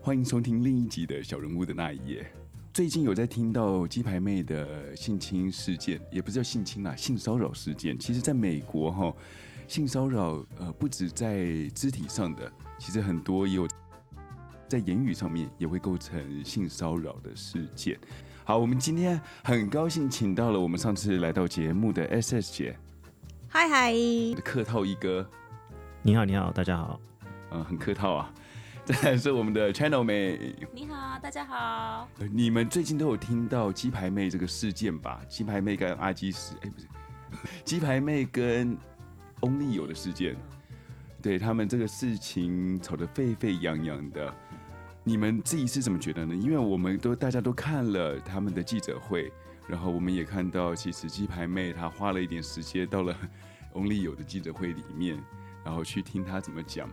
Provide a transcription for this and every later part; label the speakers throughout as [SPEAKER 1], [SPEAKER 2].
[SPEAKER 1] 欢迎收听另一集的小人物的那一页。最近有在听到鸡排妹的性侵事件，也不是叫性侵啦，性骚扰事件。其实，在美国哈、性骚扰呃不止在肢体上的，其实很多也有在言语上面也会构成性骚扰的事件。好，我们今天很高兴请到了我们上次来到节目的 SS 姐，
[SPEAKER 2] 嗨嗨，
[SPEAKER 1] 客套一哥，
[SPEAKER 3] 你好，你好，大家好。
[SPEAKER 1] 嗯，很客套啊。 再来是我们的 Channel 妹，
[SPEAKER 4] 你好，大家好。
[SPEAKER 1] 呃你们最近都有听到鸡排妹这个事件吧？鸡排妹跟阿基斯，哎、不是， 鸡排妹跟翁立友的事件，对他们这个事情吵得沸沸扬扬的。你们自己是怎么觉得呢？因为我们都大家都看了他们的记者会，然后我们也看到，其实鸡排妹她花了一点时间到了 翁立友的记者会里面，然后去听她怎么讲。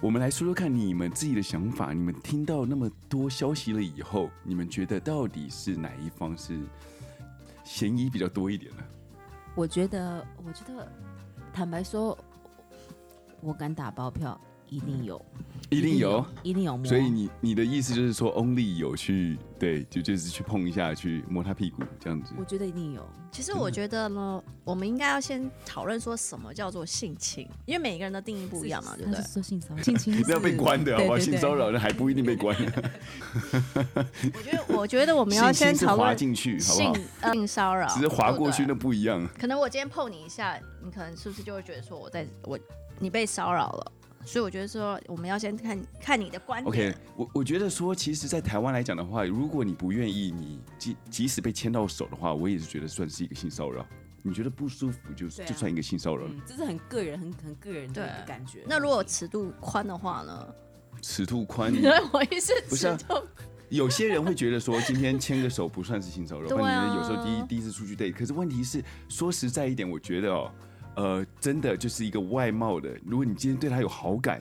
[SPEAKER 1] 我们来说说看你们自己的想法。你们听到那么多消息了以后，你们觉得到底是哪一方是嫌疑比较多一点呢？
[SPEAKER 4] 我觉得，我觉得，坦白说，我敢打包票，一定有，
[SPEAKER 1] 嗯一定有。，
[SPEAKER 4] 一定有啊摸。
[SPEAKER 1] 所以你你的意思就是说，Only 有去对，就就是去碰一下，去摸他屁股这样子。
[SPEAKER 4] 我觉得一定有。
[SPEAKER 2] 其实我觉得呢，我们应该要先讨论说什么叫做性侵，因为每个人的定义不一样嘛，对不
[SPEAKER 4] 他
[SPEAKER 2] 对
[SPEAKER 4] 啊是？说性骚 扰，性 侵
[SPEAKER 1] 你不要被关的好不好？
[SPEAKER 4] 对对
[SPEAKER 1] 性
[SPEAKER 4] 对
[SPEAKER 1] 骚扰那还不一定被关，
[SPEAKER 2] 我觉得，我觉得我
[SPEAKER 1] 我
[SPEAKER 2] 们 要先讨
[SPEAKER 1] 滑
[SPEAKER 2] 论
[SPEAKER 1] 进去好不
[SPEAKER 2] 性
[SPEAKER 1] 好？
[SPEAKER 2] 呃性骚扰，
[SPEAKER 1] 只是滑过去
[SPEAKER 2] 对不
[SPEAKER 1] 那不一样。
[SPEAKER 2] 对可能我今天碰你一下，你可能是不是就会觉得说我在我你被骚扰了？所以我觉得说，我们要先看看你的观点
[SPEAKER 1] OK，我我觉得说，其实，在台湾来讲的话，如果你不愿意，你即即使被牵到手的话，我也是觉得算是一个性骚扰。你觉得不舒服就，就、
[SPEAKER 4] 对啊
[SPEAKER 1] 算一个性骚扰，
[SPEAKER 4] 嗯，这是很个人、很很个人的
[SPEAKER 2] 对
[SPEAKER 4] 一个感觉。嗯
[SPEAKER 2] 那如果尺度宽的话呢？
[SPEAKER 1] 尺度宽。
[SPEAKER 2] 我也是
[SPEAKER 1] 不是啊
[SPEAKER 2] 尺度
[SPEAKER 1] 有些人会觉得说，今天牵个手不算是性骚扰，
[SPEAKER 2] 对啊
[SPEAKER 1] 或者有时候第一第一次出去 date。可是问题是，说实在一点，我觉得哦，呃，真的就是一个外貌的。如果你今天对他有好感，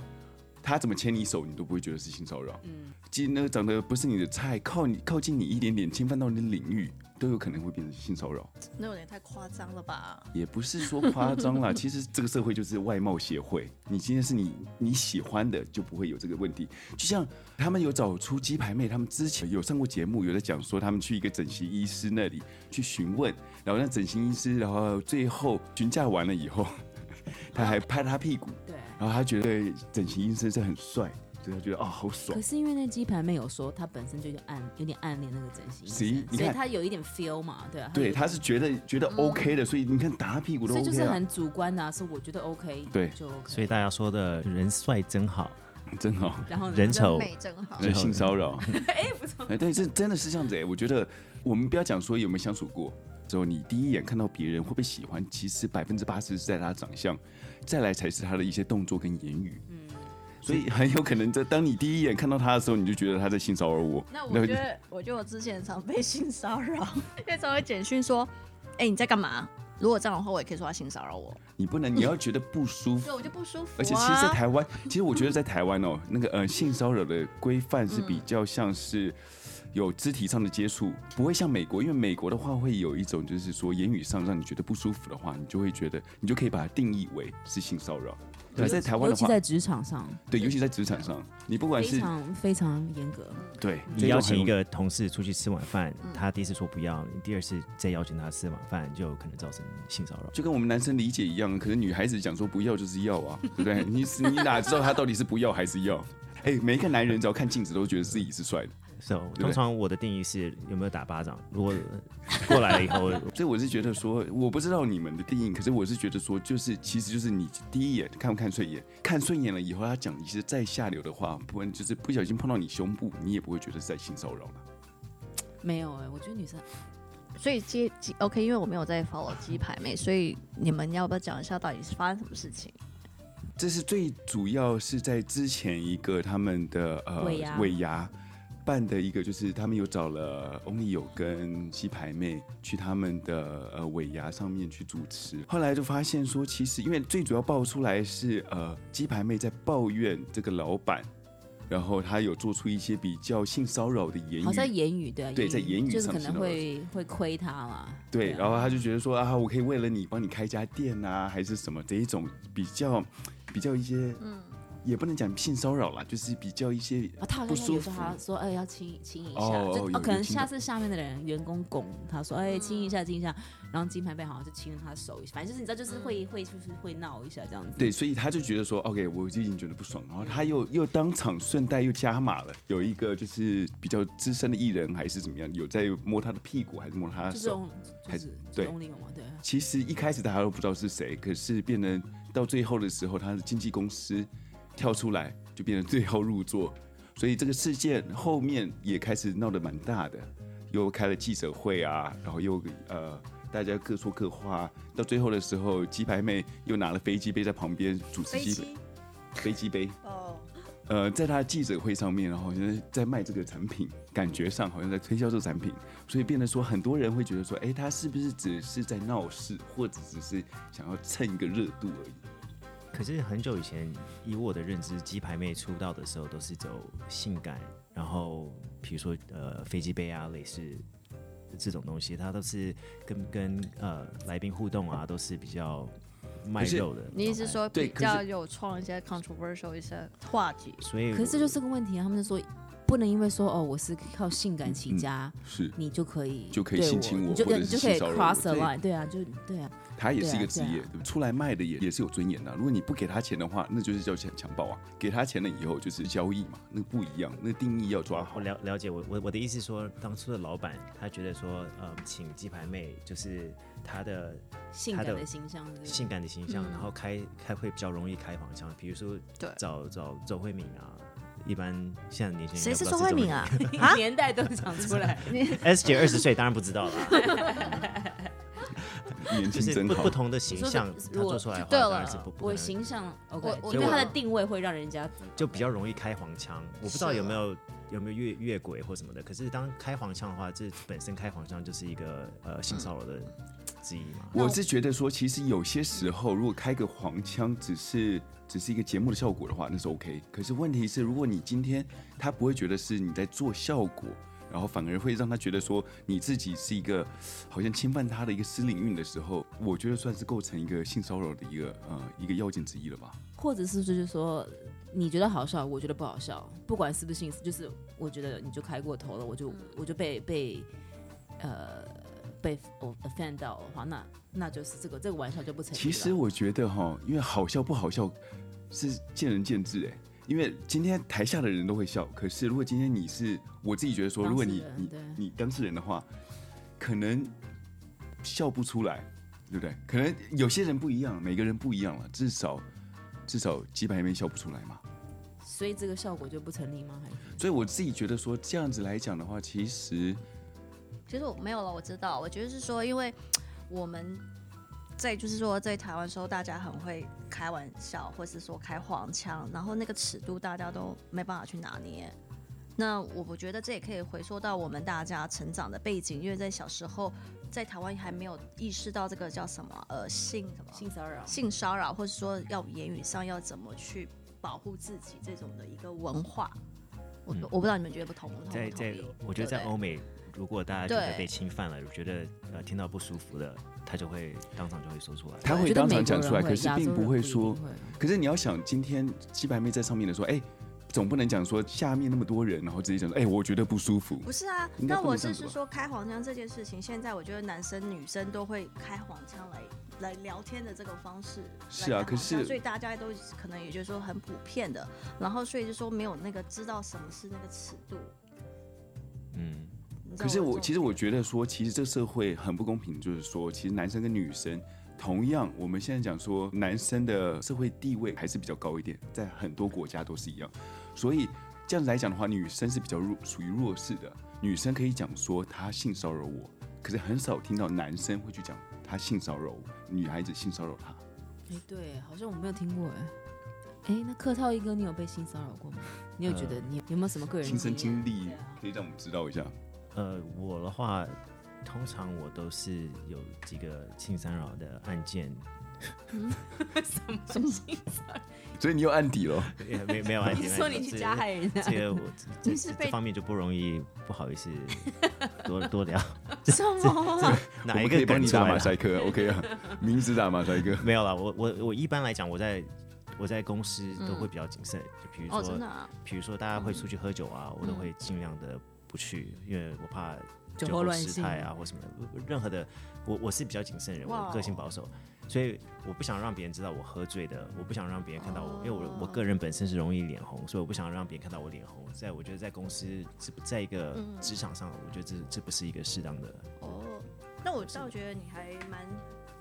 [SPEAKER 1] 他怎么牵你手，你都不会觉得是性骚扰。
[SPEAKER 4] 嗯，
[SPEAKER 1] 既那个长得不是你的菜，靠你靠近你一点点，侵犯到你的领域，都有可能会变成性骚扰。
[SPEAKER 2] 那有点太夸张了吧？
[SPEAKER 1] 也不是说夸张啦，其实这个社会就是外貌协会，你今天是你你喜欢的，就不会有这个问题。就像他们有找出鸡排妹，他们之前有上过节目，有在讲说他们去一个整形医师那里去询问，然后那整形医师，然后最后询价完了以后，他还拍他屁股，
[SPEAKER 4] 对。
[SPEAKER 1] 然后他觉得整形医生是很帅，所以他觉得啊、好爽
[SPEAKER 4] 可。是因为那鸡排妹有说，她本身就有暗有点暗恋那个整形医
[SPEAKER 1] 谁
[SPEAKER 4] 生，
[SPEAKER 1] 你
[SPEAKER 4] 所以
[SPEAKER 1] 看
[SPEAKER 4] 她有一点 feel 嘛，对啊。
[SPEAKER 1] 对，
[SPEAKER 4] 有
[SPEAKER 1] 他是觉得觉得 OK 的，所以你看打他屁股都
[SPEAKER 4] 嗯所以就
[SPEAKER 1] OK
[SPEAKER 4] 是
[SPEAKER 1] 啊，
[SPEAKER 4] 很主观的、啊，是我觉得 OK，
[SPEAKER 1] 对
[SPEAKER 4] 就 OK。
[SPEAKER 3] 所以大家说的人帅真好，
[SPEAKER 1] 真好。
[SPEAKER 4] 然后呢
[SPEAKER 3] 人丑
[SPEAKER 2] 美真好，
[SPEAKER 1] 对
[SPEAKER 3] 最后
[SPEAKER 1] 性骚 扰，哎，不错，哎，对，这真的是这样子哎、我觉得我们不要讲说有没有相处过，之后你第一眼看到别人会不会喜欢，其实百分之八十是在他长相，再来才是他的一些动作跟言语。嗯，所以很有可能在当你第一眼看到他的时候，你就觉得他在性骚扰我。
[SPEAKER 2] 那
[SPEAKER 1] 然
[SPEAKER 2] 我
[SPEAKER 1] 后
[SPEAKER 2] 觉得，我觉得我之前常被性骚 扰，那时候会简讯说：“哎、你在干嘛？”如果这样的话，我也可以说他性骚扰我，
[SPEAKER 1] 你不能，你要觉得不舒服
[SPEAKER 2] 对，。我就不舒服、啊。
[SPEAKER 1] 而且其实，在台湾，其实我觉得在台湾哦，那个呃性骚扰的规范是
[SPEAKER 4] 嗯
[SPEAKER 1] 比较像是有肢体上的接触，不会像美国，因为美国的话会有一种就是说言语上让你觉得不舒服的话，你就会觉得你就可以把它定义为是性骚扰。
[SPEAKER 4] 尤
[SPEAKER 1] 对，
[SPEAKER 4] 其
[SPEAKER 1] 在台湾
[SPEAKER 4] 尤
[SPEAKER 1] 的
[SPEAKER 4] 其
[SPEAKER 1] 话，
[SPEAKER 4] 在职场上，
[SPEAKER 1] 对，尤其在职场上，你不管
[SPEAKER 4] 非
[SPEAKER 1] 是
[SPEAKER 4] 常非常严格。
[SPEAKER 1] 对
[SPEAKER 3] 你邀请一，
[SPEAKER 1] 这种嗯
[SPEAKER 3] 个同事出去吃晚饭，他第一次说不要，你第二次再邀请他吃晚饭，就有可能造成性骚扰
[SPEAKER 1] 很。就跟我们男生理解一样，可是女孩子讲说不要就是要啊，对不对？ 你你哪知道他到底是不要还是要？ 哎，每一个男人只要看镜子都觉得自己是帅的。
[SPEAKER 3] So，
[SPEAKER 1] 对
[SPEAKER 3] 通常我的定义是有没有打巴掌，如果过来了以后，
[SPEAKER 1] 所 以我是觉得说，我不知道你们的定义，可是我是觉得说，就是其实就是你第一眼看不看顺眼，看顺眼了以后，他讲一些再下流的话，不然就是不小心碰到你胸部，你也不会觉得是在性骚扰了。
[SPEAKER 4] 没有哎、我觉得女生
[SPEAKER 2] 所以接鸡 OK，因为我没有在 follow 鸡排妹，所以你们要不要讲一下到底是发生什么事情？
[SPEAKER 1] 这是最主要是在之前一个他们的呃
[SPEAKER 4] 尾牙
[SPEAKER 1] 尾牙办的一个，就是他们有找了 Only 有跟鸡排妹去他们的呃尾牙上面去主持，后来就发现说，其实因为最主要爆出来是呃鸡排妹在抱怨这个老板，然后他有做出一些比较性骚扰的言语，
[SPEAKER 4] 好像言语对啊，
[SPEAKER 1] 对在言语
[SPEAKER 4] 就是
[SPEAKER 1] 上
[SPEAKER 4] 可
[SPEAKER 1] 是
[SPEAKER 4] 能
[SPEAKER 1] 那
[SPEAKER 4] 会会亏她嘛。
[SPEAKER 1] 对，
[SPEAKER 4] 啊
[SPEAKER 1] 然后他就觉得说啊，我可以为了你帮你开一家店啊，还是什么这一种比较比较一些嗯嗯也不能讲性骚扰啦，就是比较一些
[SPEAKER 4] 啊，他好
[SPEAKER 1] 不
[SPEAKER 4] 像有
[SPEAKER 1] 舒
[SPEAKER 4] 时
[SPEAKER 1] 服
[SPEAKER 4] 候他说，哎、要亲亲一下，
[SPEAKER 1] 哦
[SPEAKER 4] 就、
[SPEAKER 1] 哦有
[SPEAKER 4] 哦、可能
[SPEAKER 1] 有听到嗯
[SPEAKER 4] 下次下面的人员工拱他说，哎、亲一下，亲一下，然后金牌妹好像就亲了他手一下，反正就是你知道，就是会、会就是会闹一下这样子。
[SPEAKER 1] 嗯对，所以他就觉得说，OK，我就已经觉得不爽，然后他又又当场顺带又加码了，有一个就是比较资深的艺人还是怎么样，有在摸他的屁股还是摸他的
[SPEAKER 4] 就是
[SPEAKER 1] 手。
[SPEAKER 4] 用就
[SPEAKER 1] 还
[SPEAKER 4] 是
[SPEAKER 1] 对
[SPEAKER 4] 用力嘛，对，啊
[SPEAKER 1] 其实一开始大家都不知道是谁，可是变成到最后的时候，他的经纪公司跳出来，就变成对号入座，所以这个事件后面也开始闹得蛮大的，又开了记者会啊，然后又呃。大家各说各话，到最后的时候，鸡排妹又拿了飞机杯在旁边主持
[SPEAKER 2] 飞
[SPEAKER 1] 鸡
[SPEAKER 2] 机
[SPEAKER 1] 飞机杯，
[SPEAKER 2] 哦，
[SPEAKER 1] 呃，在他记者会上面，然后好像是在卖这个产品，感觉上好像在推销这个产品，所以变得说很多人会觉得说，哎，他是不是只是在闹事，或者只是想要蹭一个热度而已？
[SPEAKER 3] 可是很久以前，以我的认知，鸡排妹出道的时候都是走性感，然后比如说呃飞机杯啊，类似这种东西，她都是跟跟呃来宾互动啊，都是比较卖
[SPEAKER 1] 可是
[SPEAKER 3] 肉的。
[SPEAKER 2] 你意思说
[SPEAKER 1] 对
[SPEAKER 2] 比
[SPEAKER 1] 可是
[SPEAKER 2] 较有创一些 controversial 一些话题？
[SPEAKER 3] 所以我，
[SPEAKER 4] 可是这就是个问题啊，他们就说不能因为说哦，我是靠性感起家，
[SPEAKER 1] 是，
[SPEAKER 4] 你就可以
[SPEAKER 1] 嗯就可以
[SPEAKER 4] 对
[SPEAKER 1] 性侵我
[SPEAKER 4] 你就
[SPEAKER 1] 或者
[SPEAKER 4] 你
[SPEAKER 1] 是
[SPEAKER 4] 就可以
[SPEAKER 1] 性骚扰我
[SPEAKER 4] cross the
[SPEAKER 1] 对
[SPEAKER 4] line，对啊，就对啊，
[SPEAKER 1] 他也是一个
[SPEAKER 4] 对啊
[SPEAKER 1] 职
[SPEAKER 4] 对啊
[SPEAKER 1] 业，对不对出来卖的也也是有尊严的啊、如果你不给他钱的话，那就是叫强强暴啊；给他钱了以后就是交易嘛，那不一样，那定义要抓好
[SPEAKER 3] 我。了了解，我我我的意思是说，当初的老板他觉得说，呃，请鸡排妹就是她的
[SPEAKER 4] 性
[SPEAKER 3] 他
[SPEAKER 4] 感
[SPEAKER 3] 的
[SPEAKER 4] 的形象，对
[SPEAKER 3] 性感的形象，然后开开会比较容易开黄腔，比如说
[SPEAKER 2] 对
[SPEAKER 3] 找找周慧敏啊，一般现在年轻人
[SPEAKER 2] 谁
[SPEAKER 3] 应该
[SPEAKER 2] 是
[SPEAKER 3] 不知
[SPEAKER 2] 周
[SPEAKER 3] 道
[SPEAKER 2] 慧敏啊？
[SPEAKER 4] 啊，年代都讲出来，
[SPEAKER 3] ？S 姐二十岁当然不知道啦，
[SPEAKER 1] 年
[SPEAKER 3] 就
[SPEAKER 1] 轻
[SPEAKER 3] 是
[SPEAKER 1] 真
[SPEAKER 3] 不
[SPEAKER 1] 好
[SPEAKER 3] 不，同的形
[SPEAKER 4] 你说是
[SPEAKER 3] 象，
[SPEAKER 4] 如
[SPEAKER 3] 她
[SPEAKER 4] 果
[SPEAKER 3] 做出来的话
[SPEAKER 2] 对了
[SPEAKER 3] 当然是不不
[SPEAKER 4] 我
[SPEAKER 3] 能
[SPEAKER 4] 形象 OK，
[SPEAKER 2] 我
[SPEAKER 4] 因为
[SPEAKER 3] 我
[SPEAKER 4] 他的定位会让人家
[SPEAKER 3] 就比较容易开黄腔。我不知道
[SPEAKER 2] 是
[SPEAKER 3] 有没有有没有越越轨或什么的，可是当开黄腔的话，这本身开黄腔就是一个呃性骚扰的之一嘛。
[SPEAKER 1] 我是觉得说，其实有些时候，如果开个黄腔，只是只是一个节目的效果的话，那是 OK。可是问题是，如果你今天他不会觉得是你在做效果，然后反而会让他觉得说你自己是一个好像侵犯他的一个私领域的时候，我觉得算是构成一个性骚扰的一个呃一个要件之一了吧。
[SPEAKER 4] 或者是不是就是说，你觉得好笑，我觉得不好笑，不管是不是性，就是我觉得你就开过头了，我
[SPEAKER 3] 嗯
[SPEAKER 4] 就我就被被呃被我 offend 到的话，那那就是这个这个玩笑就不成立了。
[SPEAKER 1] 其实我觉得哈，因为好笑不好笑是见仁见智哎、因为今天台下的人都会笑，可是如果今天你是我自己觉得说，
[SPEAKER 4] 当事
[SPEAKER 1] 如果你
[SPEAKER 4] 人
[SPEAKER 1] 你
[SPEAKER 4] 对
[SPEAKER 1] 你当事人的话，可能笑不出来，对不对？可能有些人不一样，每个人不一样了，至少至少几百面笑不出来嘛。
[SPEAKER 4] 所以这个效果就不成立吗？还是
[SPEAKER 1] 所以我自己觉得说这样子来讲的话，其实
[SPEAKER 2] 其实我没有了，我知道，我觉得是说，因为我们在就是说在台湾的时候，大家很会开玩笑，或是说开黄腔，然后那个尺度大家都没办法去拿捏。那我我觉得这也可以回溯到我们大家成长的背景，因为在小时候在台湾还没有意识到这个叫什么呃性什么
[SPEAKER 4] 性骚扰？
[SPEAKER 2] 性骚扰，或者说要言语上要怎么去保护自己这种的一个文化。我、我不知道你们觉得不同不同不
[SPEAKER 3] 在
[SPEAKER 2] 同
[SPEAKER 3] 嗯在
[SPEAKER 2] 意，
[SPEAKER 3] 我觉得
[SPEAKER 2] 对
[SPEAKER 3] 在
[SPEAKER 2] 不对
[SPEAKER 3] 欧美，如果大家觉得
[SPEAKER 2] 对
[SPEAKER 3] 被侵犯了，觉得呃听到不舒服的，他就会当场就会说出来。
[SPEAKER 1] 他
[SPEAKER 4] 我
[SPEAKER 1] 会
[SPEAKER 4] 觉得
[SPEAKER 1] 当
[SPEAKER 4] 美
[SPEAKER 1] 场
[SPEAKER 4] 国
[SPEAKER 1] 讲
[SPEAKER 4] 人
[SPEAKER 1] 出来，可
[SPEAKER 4] 会
[SPEAKER 1] 是
[SPEAKER 4] 亚
[SPEAKER 1] 并
[SPEAKER 4] 洲人
[SPEAKER 1] 不
[SPEAKER 4] 一
[SPEAKER 1] 会
[SPEAKER 4] 定
[SPEAKER 1] 说。
[SPEAKER 4] 会
[SPEAKER 1] 可是你要想，今天鸡排妹在上面的时候，哎、总不能讲说下面那么多人，然后直接讲说，哎、我觉得不舒服。
[SPEAKER 2] 不是啊，
[SPEAKER 1] 应该
[SPEAKER 2] 那
[SPEAKER 1] 不能
[SPEAKER 2] 我
[SPEAKER 1] 这样子
[SPEAKER 2] 是是
[SPEAKER 1] 吧
[SPEAKER 2] 说开黄腔这件事情，现在我觉得男生女生都会开黄腔来来聊天的这个方式。
[SPEAKER 1] 是啊
[SPEAKER 2] 来开
[SPEAKER 1] 可
[SPEAKER 2] 黄腔
[SPEAKER 1] 是
[SPEAKER 2] 所以大家都可能也就是说很普遍的，然后所以就说没有那个知道什么是那个尺度。
[SPEAKER 3] 嗯，
[SPEAKER 2] 你知道
[SPEAKER 1] 可是
[SPEAKER 2] 的
[SPEAKER 1] 我
[SPEAKER 2] 重
[SPEAKER 1] 其实我
[SPEAKER 2] 点
[SPEAKER 1] 觉得说，其实这社会很不公平，就是说，其实男生跟女生同样，我们现在讲说，男生的社会地位还是比较高一点，在很多国家都是一样。所以这样子来讲的话，女生是比较弱，属于弱势的。女生可以讲说她性骚扰我，可是很少听到男生会去讲他性骚扰我女孩子性骚扰他。
[SPEAKER 4] 哎，对，好像我没有听过哎。哎，那客套一哥，你有被性骚扰过吗？你有觉得你有没有什么个人
[SPEAKER 1] 亲身
[SPEAKER 4] 经
[SPEAKER 1] 经历
[SPEAKER 4] 验？对啊
[SPEAKER 1] 可以让我们知道一下。
[SPEAKER 3] 呃，我的话，通常我都是有几个性骚扰的案件，
[SPEAKER 1] 所以你有案底了，
[SPEAKER 3] 也没 没有案件。
[SPEAKER 4] 你说你去加害 人家，
[SPEAKER 3] 这个我 这
[SPEAKER 2] 你
[SPEAKER 3] 这
[SPEAKER 2] 是
[SPEAKER 3] 这
[SPEAKER 2] 被
[SPEAKER 3] 方面就不容易，不好意思多多聊。
[SPEAKER 2] 什么啊？
[SPEAKER 1] 我
[SPEAKER 3] 哪一
[SPEAKER 1] 们可以
[SPEAKER 3] 个
[SPEAKER 1] 帮
[SPEAKER 3] 梗
[SPEAKER 1] 你
[SPEAKER 3] 出
[SPEAKER 1] 打
[SPEAKER 3] 来
[SPEAKER 1] 马
[SPEAKER 3] 了？
[SPEAKER 1] 赛克，OK 啊，名字打马赛克。
[SPEAKER 3] 没有啦，我我我一般来讲，我在我在公司都会比较谨慎，就比如
[SPEAKER 2] 哦，真
[SPEAKER 3] 说
[SPEAKER 2] 的、，啊，
[SPEAKER 3] 比如说大家会出去喝酒啊，我都会尽量的不去，因为我怕
[SPEAKER 4] 酒
[SPEAKER 3] 后
[SPEAKER 4] 后乱
[SPEAKER 3] 失
[SPEAKER 4] 性
[SPEAKER 3] 态啊，或什么任何的，我我是比较谨慎的人，
[SPEAKER 2] 哇哦
[SPEAKER 3] 我个性保守，所以我不想让别人知道我喝醉的，我不想让别人看到我，因为我我个人本身是容易脸红，所以我不想让别人看到我脸红。在我觉得在公司，这不在一个职场上，我觉得这这不是一个适当的，
[SPEAKER 2] 哦，那我倒觉得你还蛮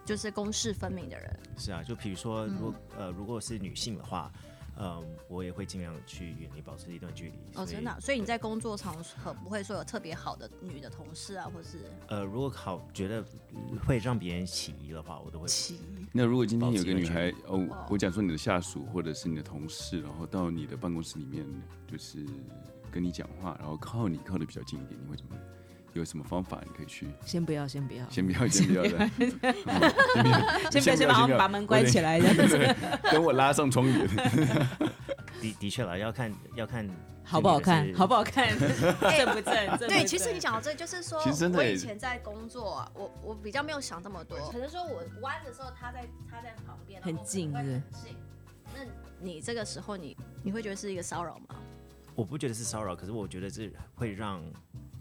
[SPEAKER 2] 就是公事分明的人，
[SPEAKER 3] 是啊，就比如说如果、呃如果是女性的话。嗯，我也会尽量去远离，保持一段距离。
[SPEAKER 2] 哦，
[SPEAKER 3] 所以
[SPEAKER 2] 真的啊、所以你在工作场合不会说有特别好的女的同事啊，或是
[SPEAKER 3] 呃，如果好觉得会让别人起疑的话，我都会
[SPEAKER 1] 那如果今天有个
[SPEAKER 3] 保持一
[SPEAKER 1] 女
[SPEAKER 3] 个距离
[SPEAKER 1] 孩，哦，我讲说你的下属或者是你的同事，然后到你的办公室里面，就是跟你讲话，然后靠你靠的比较近一点，你会怎么？有什么方法你可以去？
[SPEAKER 4] 先不要，先不要，
[SPEAKER 1] 先不要，先 不要的，
[SPEAKER 4] 先不要，
[SPEAKER 1] 先
[SPEAKER 4] 先
[SPEAKER 1] 不要
[SPEAKER 4] 把
[SPEAKER 1] 先不要
[SPEAKER 4] 把门关起来，这样子
[SPEAKER 1] 等我拉上窗 帘。
[SPEAKER 3] 的的确啦，要看要看
[SPEAKER 4] 好不好看？好不
[SPEAKER 3] 好？
[SPEAKER 4] 好 看？正不正？正不
[SPEAKER 2] 对，
[SPEAKER 4] 正
[SPEAKER 2] 其实你讲到这，就是说，
[SPEAKER 1] 其实真的
[SPEAKER 2] 我
[SPEAKER 1] 也
[SPEAKER 2] 以前在工作啊、我我比较没有想这么多，可能说我弯的时候，他在他在旁边，
[SPEAKER 4] 很
[SPEAKER 2] 然后我
[SPEAKER 4] 近
[SPEAKER 2] 会
[SPEAKER 4] 是
[SPEAKER 2] 很近。那你这个时候你，你会觉得是一个骚扰吗？
[SPEAKER 3] 我不觉得是骚扰，可是我觉得这会让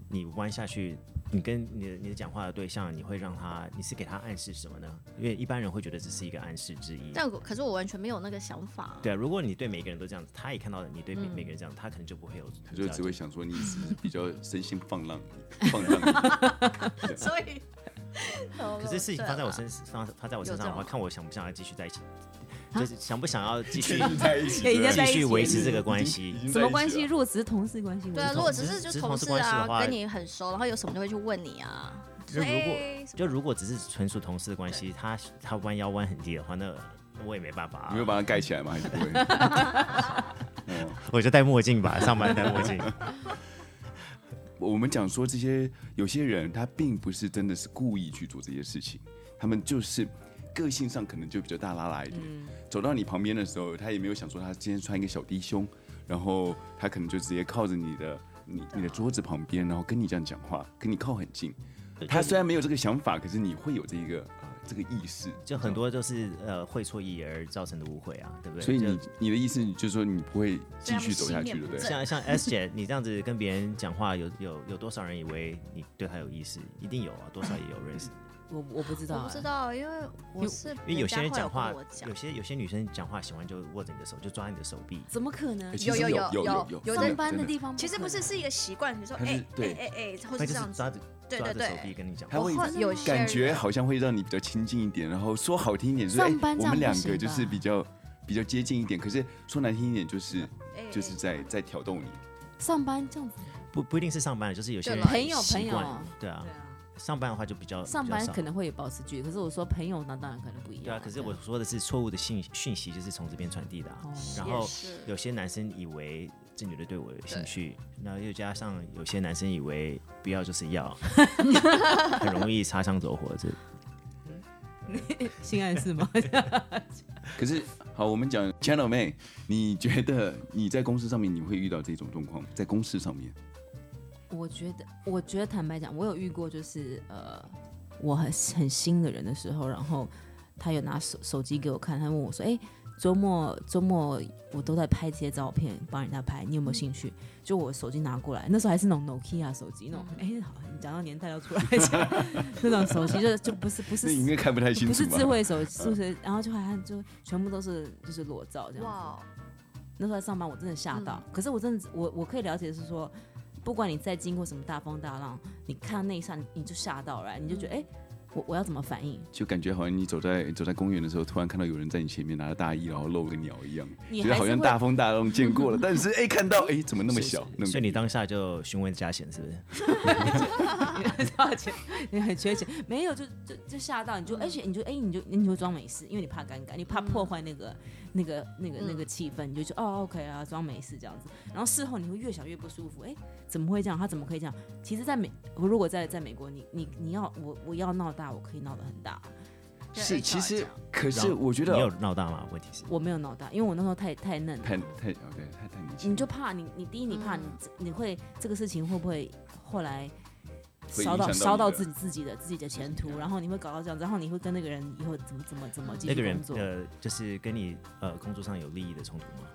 [SPEAKER 3] 你弯下去，你跟你的你的讲话的对象，你会让他，你是给他暗示什么呢？因为一般人会觉得这是一个暗示之一。
[SPEAKER 2] 但我可是我完全没有那个想法啊、
[SPEAKER 3] 对啊，如果你对每个人都这样子，他也看到了你对每每个人这样，他可能就不会有
[SPEAKER 1] 他
[SPEAKER 3] 比较，
[SPEAKER 1] 就只会想说你是不是比较身心放 浪，放 浪。
[SPEAKER 2] 所以，
[SPEAKER 3] 可
[SPEAKER 2] 可
[SPEAKER 3] 是事情发在我身，发发在我身上的
[SPEAKER 2] 有
[SPEAKER 3] 话，
[SPEAKER 2] 这种
[SPEAKER 3] 看我想不想要继续在一起，就是想不想要继 续
[SPEAKER 1] 在一起
[SPEAKER 4] 对已经
[SPEAKER 3] 继
[SPEAKER 4] 在一起
[SPEAKER 3] 续
[SPEAKER 4] 了
[SPEAKER 3] 维持这个关系。
[SPEAKER 1] 已经在一起了
[SPEAKER 4] 什么关系？如果只是同事关系，
[SPEAKER 2] 对啊，
[SPEAKER 4] 我
[SPEAKER 2] 如
[SPEAKER 4] 就
[SPEAKER 2] 果
[SPEAKER 4] 同
[SPEAKER 2] 只是
[SPEAKER 3] 只
[SPEAKER 2] 就是同
[SPEAKER 3] 同事
[SPEAKER 2] 事
[SPEAKER 3] 关系的
[SPEAKER 2] 啊，
[SPEAKER 3] 话
[SPEAKER 2] 跟你很熟，然后有什么就会去问你啊。
[SPEAKER 3] 就如果
[SPEAKER 2] 哎什么
[SPEAKER 3] 就如果只是纯属同事的关系，他他弯腰弯很低的话，那我也没办法、
[SPEAKER 1] 你会
[SPEAKER 3] 啊，
[SPEAKER 1] 把它盖起来吗？还是不会？嗯
[SPEAKER 3] 我就戴墨镜 吧，上班戴墨镜。
[SPEAKER 1] 我们讲说这些有些人他并不是真的是故意去做这些事情，他们就是个性上可能就比较大拉拉一点。走到你旁边的时候，他也没有想说他今天穿一个小低胸，然后他可能就直接靠着你的你你的桌子旁边，然后跟你这样讲话，跟你靠很近。他虽然没有这个想法，可是你会有这一个呃这个意识，
[SPEAKER 3] 就很多都是呃会错意而造成的误会啊，对不对？
[SPEAKER 1] 所以你
[SPEAKER 3] 就
[SPEAKER 1] 你的意思就是说你不会继续走下去，对不对？
[SPEAKER 3] 像像 S 姐，你这样子跟别人讲话，有有有多少人以为你对他有意思？一定有啊，多少也有认识。
[SPEAKER 4] 我我不知道
[SPEAKER 2] 我
[SPEAKER 4] 啊，
[SPEAKER 2] 不知道，因为我是
[SPEAKER 3] 因为有些人讲话
[SPEAKER 2] 人家会有跟我，讲
[SPEAKER 3] 有些有些女生讲话喜欢就握着你的手，就抓你的手臂。
[SPEAKER 4] 怎么可能
[SPEAKER 1] 哎？其实
[SPEAKER 2] 有有
[SPEAKER 1] 有
[SPEAKER 2] 有
[SPEAKER 1] 有
[SPEAKER 2] 有
[SPEAKER 1] 有
[SPEAKER 2] 上
[SPEAKER 1] 真
[SPEAKER 4] 上班的
[SPEAKER 1] 真
[SPEAKER 4] 地方
[SPEAKER 2] 其实不是
[SPEAKER 4] 可能
[SPEAKER 2] 是一个习惯，你说
[SPEAKER 1] 他是
[SPEAKER 2] 哎
[SPEAKER 1] 对
[SPEAKER 2] 哎哎哎，或是这
[SPEAKER 3] 那就是
[SPEAKER 2] 样子
[SPEAKER 3] 抓，着
[SPEAKER 2] 对
[SPEAKER 3] 抓
[SPEAKER 2] 对
[SPEAKER 3] 着手臂
[SPEAKER 2] 对，
[SPEAKER 3] 跟你讲话，
[SPEAKER 1] 他会
[SPEAKER 2] 我有些
[SPEAKER 1] 感
[SPEAKER 2] 人
[SPEAKER 1] 觉好像会让你比较亲近一点，然后说好听一点，就是
[SPEAKER 4] 上班
[SPEAKER 1] 哎
[SPEAKER 4] 这
[SPEAKER 1] 我
[SPEAKER 4] 样
[SPEAKER 1] 们
[SPEAKER 4] 不
[SPEAKER 1] 两
[SPEAKER 4] 行
[SPEAKER 1] 个就是
[SPEAKER 4] 吧
[SPEAKER 1] 比较比较接近一点，可是说难听一点就是
[SPEAKER 2] 哎哎
[SPEAKER 1] 就是在在挑逗你。
[SPEAKER 4] 上班这样子，
[SPEAKER 3] 不不一定是上班，就是有些
[SPEAKER 2] 对
[SPEAKER 3] 人
[SPEAKER 2] 了
[SPEAKER 4] 朋友
[SPEAKER 3] 习
[SPEAKER 4] 朋友
[SPEAKER 3] 惯对啊，上班的话就比较
[SPEAKER 4] 上
[SPEAKER 3] 比较
[SPEAKER 4] 班
[SPEAKER 3] 少
[SPEAKER 4] 可能会保持距离，可是我说朋友那当然可能不一样。
[SPEAKER 3] 对啊，可是我说的是错误的信讯息，就是从这边传递的、
[SPEAKER 1] 哦
[SPEAKER 3] 啊。然后
[SPEAKER 2] 也是
[SPEAKER 3] 有些男生以为这女的对我有兴趣，然后又加上有些男生以为不要就是 要，很容易擦枪走火。这
[SPEAKER 4] 性暗示吗？
[SPEAKER 1] 可是好，我们讲 Channel 妹，你觉得你在公司上面你会遇到这种状况吗？在公司上面，
[SPEAKER 4] 我觉得，我觉得坦白讲，我有遇过，就是呃，我很很新的人的时候，然后他有拿手手机给我看，他问我说：“哎、周末周末我都在拍这些照片，帮人家拍，你有没
[SPEAKER 1] 嗯
[SPEAKER 4] 有兴趣？”就我手机拿过来，那时候还是那种 Nokia 手机，那种
[SPEAKER 1] 嗯
[SPEAKER 4] 哎、好，你讲到年代要出来讲 那种手机就就不是不
[SPEAKER 1] 那你应
[SPEAKER 4] 是
[SPEAKER 1] 该看不太清
[SPEAKER 4] 不
[SPEAKER 1] 楚
[SPEAKER 4] 是
[SPEAKER 1] 吧嗯
[SPEAKER 4] 智？慧手机，是然后就还就全部都是就是裸照这样子。
[SPEAKER 2] 哇，哦
[SPEAKER 4] 那时候在上班，我真的吓到。可是我真的，我我可以了解的是说，不管你再经过什么大风大浪，你看到那一刹，你你就吓到了，你就觉得哎、诶我我要怎么反应？
[SPEAKER 1] 就感觉好像你走在走在公园的时候，突然看到有人在你前面拿着大衣，然后露个鸟一样，
[SPEAKER 4] 你
[SPEAKER 1] 觉得
[SPEAKER 4] 还
[SPEAKER 1] 好
[SPEAKER 4] 是
[SPEAKER 1] 像
[SPEAKER 4] 会
[SPEAKER 1] 大风大浪见过了，但是哎、看到哎、怎么那么小？那么
[SPEAKER 3] 所以你当下就询问加钱是不是？
[SPEAKER 4] 多少钱？你很缺钱？没有，就就就吓到，你就而且你就哎、你就你就装没事，因为你怕尴尬，你怕破坏那个、那个那个那个气氛，你就说哦 OK 啊，装没事这样子。然后事后你会越想越不舒服，哎、怎么会这样？他怎么可以这样？其实，在美如果在在美国，你你你要我我要闹大，我可以闹得很大。
[SPEAKER 2] 对
[SPEAKER 1] 是，
[SPEAKER 2] HR
[SPEAKER 1] 其实
[SPEAKER 2] 这样
[SPEAKER 1] 可
[SPEAKER 3] 然
[SPEAKER 1] 是
[SPEAKER 3] 后
[SPEAKER 1] 我觉得
[SPEAKER 3] 你有闹大吗？问题是，
[SPEAKER 4] 我没有闹大，因为我那时候太太嫩了，
[SPEAKER 1] 太太哦对，太太年轻了，
[SPEAKER 4] 你就怕你你第一你怕你、
[SPEAKER 2] 嗯
[SPEAKER 4] 你会这个事情会不会后来
[SPEAKER 1] 会
[SPEAKER 4] 烧
[SPEAKER 1] 影响
[SPEAKER 4] 到
[SPEAKER 1] 到
[SPEAKER 4] 烧到
[SPEAKER 1] 你的嗯
[SPEAKER 4] 自己自己的自己的前途，然后你会搞到这样子，然后你会跟那个人以后怎么怎么怎么继
[SPEAKER 3] 那个
[SPEAKER 4] 续
[SPEAKER 3] 人
[SPEAKER 4] 工作，
[SPEAKER 3] 呃，就是跟你呃工作上有利益的冲突吗？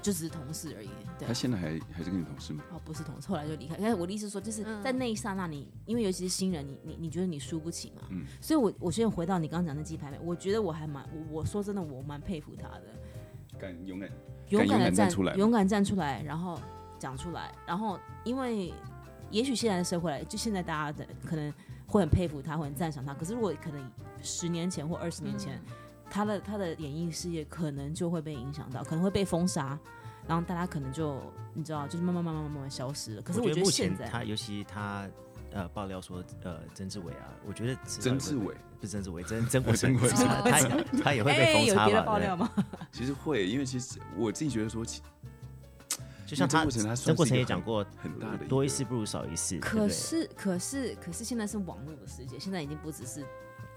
[SPEAKER 4] 就是同事而已。对
[SPEAKER 1] 他，现在还还是跟你同事吗？
[SPEAKER 4] 哦，不是同事，后来就离开。但是我的意思是说，就是
[SPEAKER 2] 嗯
[SPEAKER 4] 在那一刹那你，因为尤其是新人，你你你觉得你输不起嘛？
[SPEAKER 1] 嗯
[SPEAKER 4] 所以我我先回到你刚刚讲的鸡排妹，我觉得我还蛮我我说真的，我蛮佩服她的，
[SPEAKER 1] 敢勇敢，
[SPEAKER 4] 勇
[SPEAKER 1] 敢勇
[SPEAKER 4] 敢的
[SPEAKER 1] 敢站出来嘛
[SPEAKER 4] 勇敢站出来，然后讲出来，然后因为也许现在的社会来，就现在大家的可能会很佩服她，会很赞赏她。可是如果可能十年前或二十年前，她的她的演艺事业可能就会被影响到，可能会被封杀。然后大家可能就你知道，就是慢慢慢慢慢慢消失了。可是
[SPEAKER 3] 觉
[SPEAKER 4] 觉得
[SPEAKER 3] 目
[SPEAKER 4] 现
[SPEAKER 3] 前
[SPEAKER 4] 在
[SPEAKER 3] 他，尤其他呃爆料说呃曾志伟啊，我觉得迟
[SPEAKER 1] 曾
[SPEAKER 3] 早也会
[SPEAKER 1] 志
[SPEAKER 3] 被
[SPEAKER 1] 伟
[SPEAKER 3] 不是曾志伟，曾曾国
[SPEAKER 1] 曾
[SPEAKER 3] 成，
[SPEAKER 1] 国
[SPEAKER 3] 他
[SPEAKER 1] 成
[SPEAKER 3] 他他也会被封
[SPEAKER 4] 哎有
[SPEAKER 3] 杀
[SPEAKER 4] 别的
[SPEAKER 3] 吧？
[SPEAKER 4] 爆
[SPEAKER 3] 对
[SPEAKER 4] 料吗？
[SPEAKER 1] 其实会，因为其实我自己觉得说，其
[SPEAKER 3] 就像
[SPEAKER 1] 曾
[SPEAKER 3] 他
[SPEAKER 1] 国成他算
[SPEAKER 3] 曾国
[SPEAKER 1] 是一个
[SPEAKER 3] 成也讲
[SPEAKER 1] 很
[SPEAKER 3] 过，
[SPEAKER 1] 很大的
[SPEAKER 3] 多
[SPEAKER 1] 一
[SPEAKER 3] 一
[SPEAKER 1] 个
[SPEAKER 3] 事不如少一事。对不
[SPEAKER 4] 可
[SPEAKER 3] 对
[SPEAKER 4] 是，可是，可是，现在是网络的世界，现在已经不只是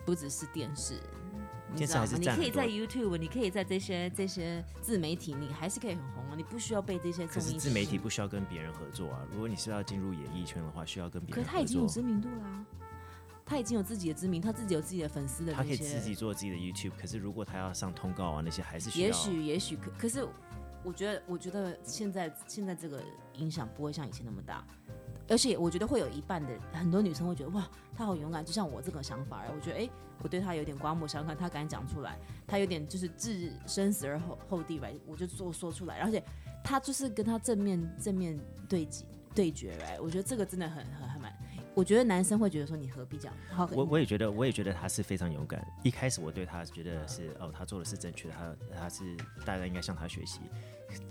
[SPEAKER 4] 不只是电视，你
[SPEAKER 3] 电视
[SPEAKER 4] 知道
[SPEAKER 3] 还
[SPEAKER 4] 吗？
[SPEAKER 3] 是
[SPEAKER 4] 你
[SPEAKER 3] 占
[SPEAKER 4] 可以
[SPEAKER 3] 很
[SPEAKER 4] 在
[SPEAKER 3] 多
[SPEAKER 4] YouTube，你可以在这些这些自媒体，你还是可以很红啊，你不需要被这些
[SPEAKER 3] 可
[SPEAKER 4] 综
[SPEAKER 3] 是
[SPEAKER 4] 艺。
[SPEAKER 3] 自媒体，不需要跟别人合作啊。如果你是要进入演艺圈的话，需要跟别
[SPEAKER 4] 可
[SPEAKER 3] 人
[SPEAKER 4] 是
[SPEAKER 3] 合作。
[SPEAKER 4] 他已经有知名度啦、他已经有自己的知名，他自己有自己的粉丝的
[SPEAKER 3] 他可
[SPEAKER 4] 那
[SPEAKER 3] 以自
[SPEAKER 4] 些
[SPEAKER 3] 己。做自己的 YouTube，可是如果他要上通告啊那些，还是需要。
[SPEAKER 4] 也许，也许，可可是，我觉得，我觉得现在现在这个影响不会像以前那么大。而且我觉得会有一半的很多女生会觉得哇，她好勇敢，就像我这个想法。我觉得哎、诶我对她有点刮目相看，她敢讲出来，她有点就是置生死而后后地来，我就做说出来。而且她就是跟她正面正面对击对决来，我觉得这个真的很很很蛮。我觉得男生会觉得说你何必这样？好，
[SPEAKER 3] 我我也觉得，我也觉得他是非常勇敢。一开始我对他觉得是哦，他做的是正确的，他他是大家应该向他学习。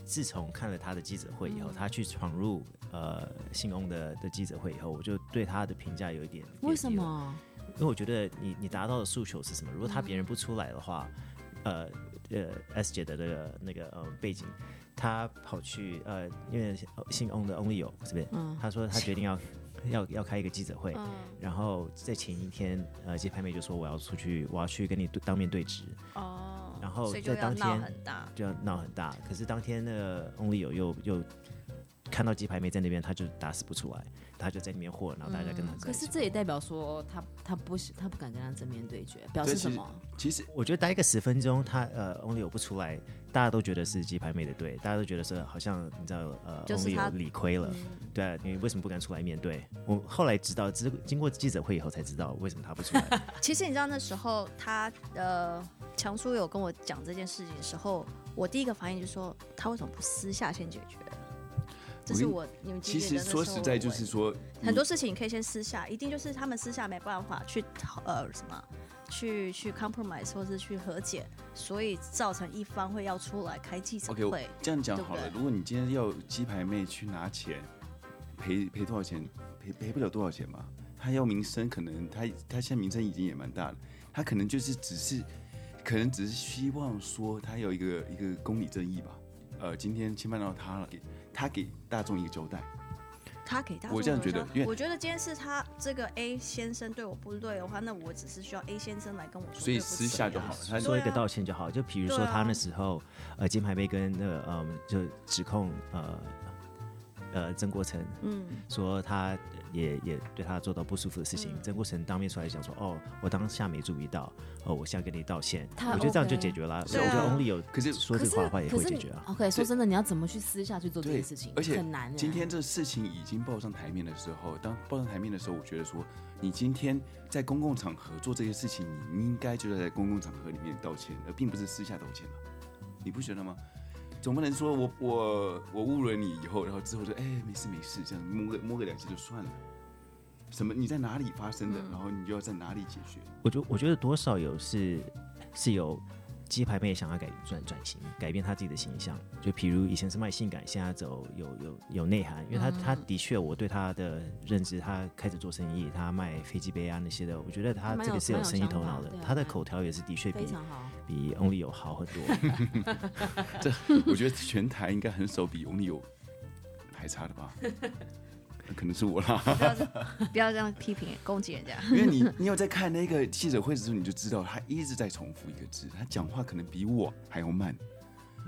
[SPEAKER 3] 自从看了他的记者会
[SPEAKER 4] 嗯
[SPEAKER 3] 以后，他去闯入呃信翁的的记者会以后，我就对他的评价有一点
[SPEAKER 4] 为什
[SPEAKER 3] 贬低了
[SPEAKER 4] 么？
[SPEAKER 3] 因为我觉得你你达到的诉求是什么？如果
[SPEAKER 2] 嗯
[SPEAKER 3] 他别人不出来的话，呃呃，S 姐的那个那个呃背景，她跑去呃，因为姓 On 的 Only 有是不是？
[SPEAKER 4] 嗯
[SPEAKER 3] 她说她决定要 要要开一个记者会，
[SPEAKER 2] 嗯
[SPEAKER 3] 然后在前一天，呃，接拍妹就说我要出去，我要去跟你对当面对质，
[SPEAKER 2] 哦，
[SPEAKER 3] 然后
[SPEAKER 2] 所以就
[SPEAKER 3] 在
[SPEAKER 2] 要
[SPEAKER 3] 当
[SPEAKER 2] 闹
[SPEAKER 3] 天
[SPEAKER 2] 很大，
[SPEAKER 3] 就要闹很大。可是当天那个 Only 有又又看到鸡排妹在那边，他就打死不出来，他就在里面和，然后大家跟他在一起混、
[SPEAKER 4] 可是这也代表说他他不喜他不敢跟他正面对决，表示
[SPEAKER 1] 对其
[SPEAKER 4] 什
[SPEAKER 1] 实
[SPEAKER 4] 么？
[SPEAKER 1] 其实
[SPEAKER 3] 我觉得待个十分钟，他呃 Only 有不出来，大家都觉得是鸡排妹的对，大家都觉得是好像你知道呃
[SPEAKER 2] 就是
[SPEAKER 3] Only
[SPEAKER 2] 他
[SPEAKER 3] 有理亏了，对啊，你为什么不敢出来面对？我后来知道，经经过记者会以后才知道为什么他不出来。
[SPEAKER 2] 其实你知道那时候他呃，强叔有跟我讲这件事情的时候，我第一个反应就是说，他为什么不私下先解决？这是我你们记
[SPEAKER 1] 其
[SPEAKER 2] 不记
[SPEAKER 1] 实
[SPEAKER 2] 得那
[SPEAKER 1] 说
[SPEAKER 2] 时
[SPEAKER 1] 实
[SPEAKER 2] 候
[SPEAKER 1] 在
[SPEAKER 2] 我
[SPEAKER 1] 就是
[SPEAKER 2] 问
[SPEAKER 1] 说，
[SPEAKER 2] 很多事情你可以先私下，一定就是他们私下没办法去讨呃什么，去去 compromise 或是去和解，所以造成一方会要出来开记者
[SPEAKER 1] OK，我
[SPEAKER 2] 会。
[SPEAKER 1] 这样讲
[SPEAKER 2] 对不
[SPEAKER 1] 好了。
[SPEAKER 2] 对
[SPEAKER 1] 如果你今天要鸡排妹去拿钱，赔赔多少钱？赔赔不了多少钱嘛。她要名声，可能她她现在名声已经也蛮大了，她可能就是只是，可能只是希望说她有一个一个公理正义吧。呃，今天侵犯到她了，给她给大众一个交代。
[SPEAKER 2] 他给大
[SPEAKER 1] 我这样觉得因为
[SPEAKER 2] 我觉得今天是他这个 A 先生对我不对的话，那我只是需要 A 先生来跟我说
[SPEAKER 1] 所以
[SPEAKER 2] 对不起啊，
[SPEAKER 1] 私下就好了他
[SPEAKER 3] 说一
[SPEAKER 2] 对
[SPEAKER 3] 个
[SPEAKER 2] 啊
[SPEAKER 3] 道歉就好，就比如说
[SPEAKER 2] 对啊
[SPEAKER 3] 他那时候呃金牌妹跟那个嗯就指控呃呃曾国成
[SPEAKER 2] 嗯，
[SPEAKER 3] 说他也也对他做到不舒服的事情，
[SPEAKER 2] 嗯
[SPEAKER 3] 曾国成当面出来讲说，哦，我当下没注意到，哦，我现在跟你道歉，
[SPEAKER 4] 他
[SPEAKER 3] 我觉得这样就
[SPEAKER 4] OK
[SPEAKER 3] 解决了。
[SPEAKER 2] 对
[SPEAKER 3] 我觉得
[SPEAKER 2] 啊
[SPEAKER 3] Only 有
[SPEAKER 1] 可是
[SPEAKER 3] 说这话的话也
[SPEAKER 4] 可
[SPEAKER 3] 会
[SPEAKER 4] 是
[SPEAKER 3] 解
[SPEAKER 4] 你
[SPEAKER 3] 决啊。
[SPEAKER 4] OK，说真的，你要怎么去私下去做这
[SPEAKER 1] 对
[SPEAKER 4] 件事情，
[SPEAKER 1] 而且
[SPEAKER 4] 很难、欸。
[SPEAKER 1] 今天这事情已经报上台面的时候，当报上台面的时候，我觉得说，你今天在公共场合做这些事情，你应该就是在公共场合里面道歉，而并不是私下道歉了，你不觉得吗？总不能说我我我误了你以后，然后之后说哎没事没事，这样摸个摸个两下就算了。什么？你在哪里发生的？
[SPEAKER 2] 嗯
[SPEAKER 1] 然后你就要在哪里解 决？
[SPEAKER 3] 我觉我觉得多少有是是有鸡排妹想要改转转型，改变她自己的形象。就比如以前是卖性感，现在走有有有内涵，因为她
[SPEAKER 4] 嗯
[SPEAKER 3] 她的确我对她的认知，她开始做生意，她卖飞机杯啊那些的，我觉得她
[SPEAKER 4] 她蛮
[SPEAKER 3] 这
[SPEAKER 4] 有
[SPEAKER 3] 个是有
[SPEAKER 4] 蛮有
[SPEAKER 3] 生意
[SPEAKER 4] 想
[SPEAKER 3] 头
[SPEAKER 4] 法
[SPEAKER 3] 脑的
[SPEAKER 4] 对啊，
[SPEAKER 3] 她的
[SPEAKER 4] 对啊
[SPEAKER 3] 口条也是的确
[SPEAKER 4] 非
[SPEAKER 3] 比
[SPEAKER 4] 常好，
[SPEAKER 3] 比 Only 有好很 多。
[SPEAKER 1] 这我觉得全台应该很少比永利有还差的 吧？那可能是我啦。
[SPEAKER 2] 不要这不要这样批评攻击人家。
[SPEAKER 1] 因为你你有在看那个记者会的时候，你就知道他一直在重复一个字，他讲话可能比我还要慢，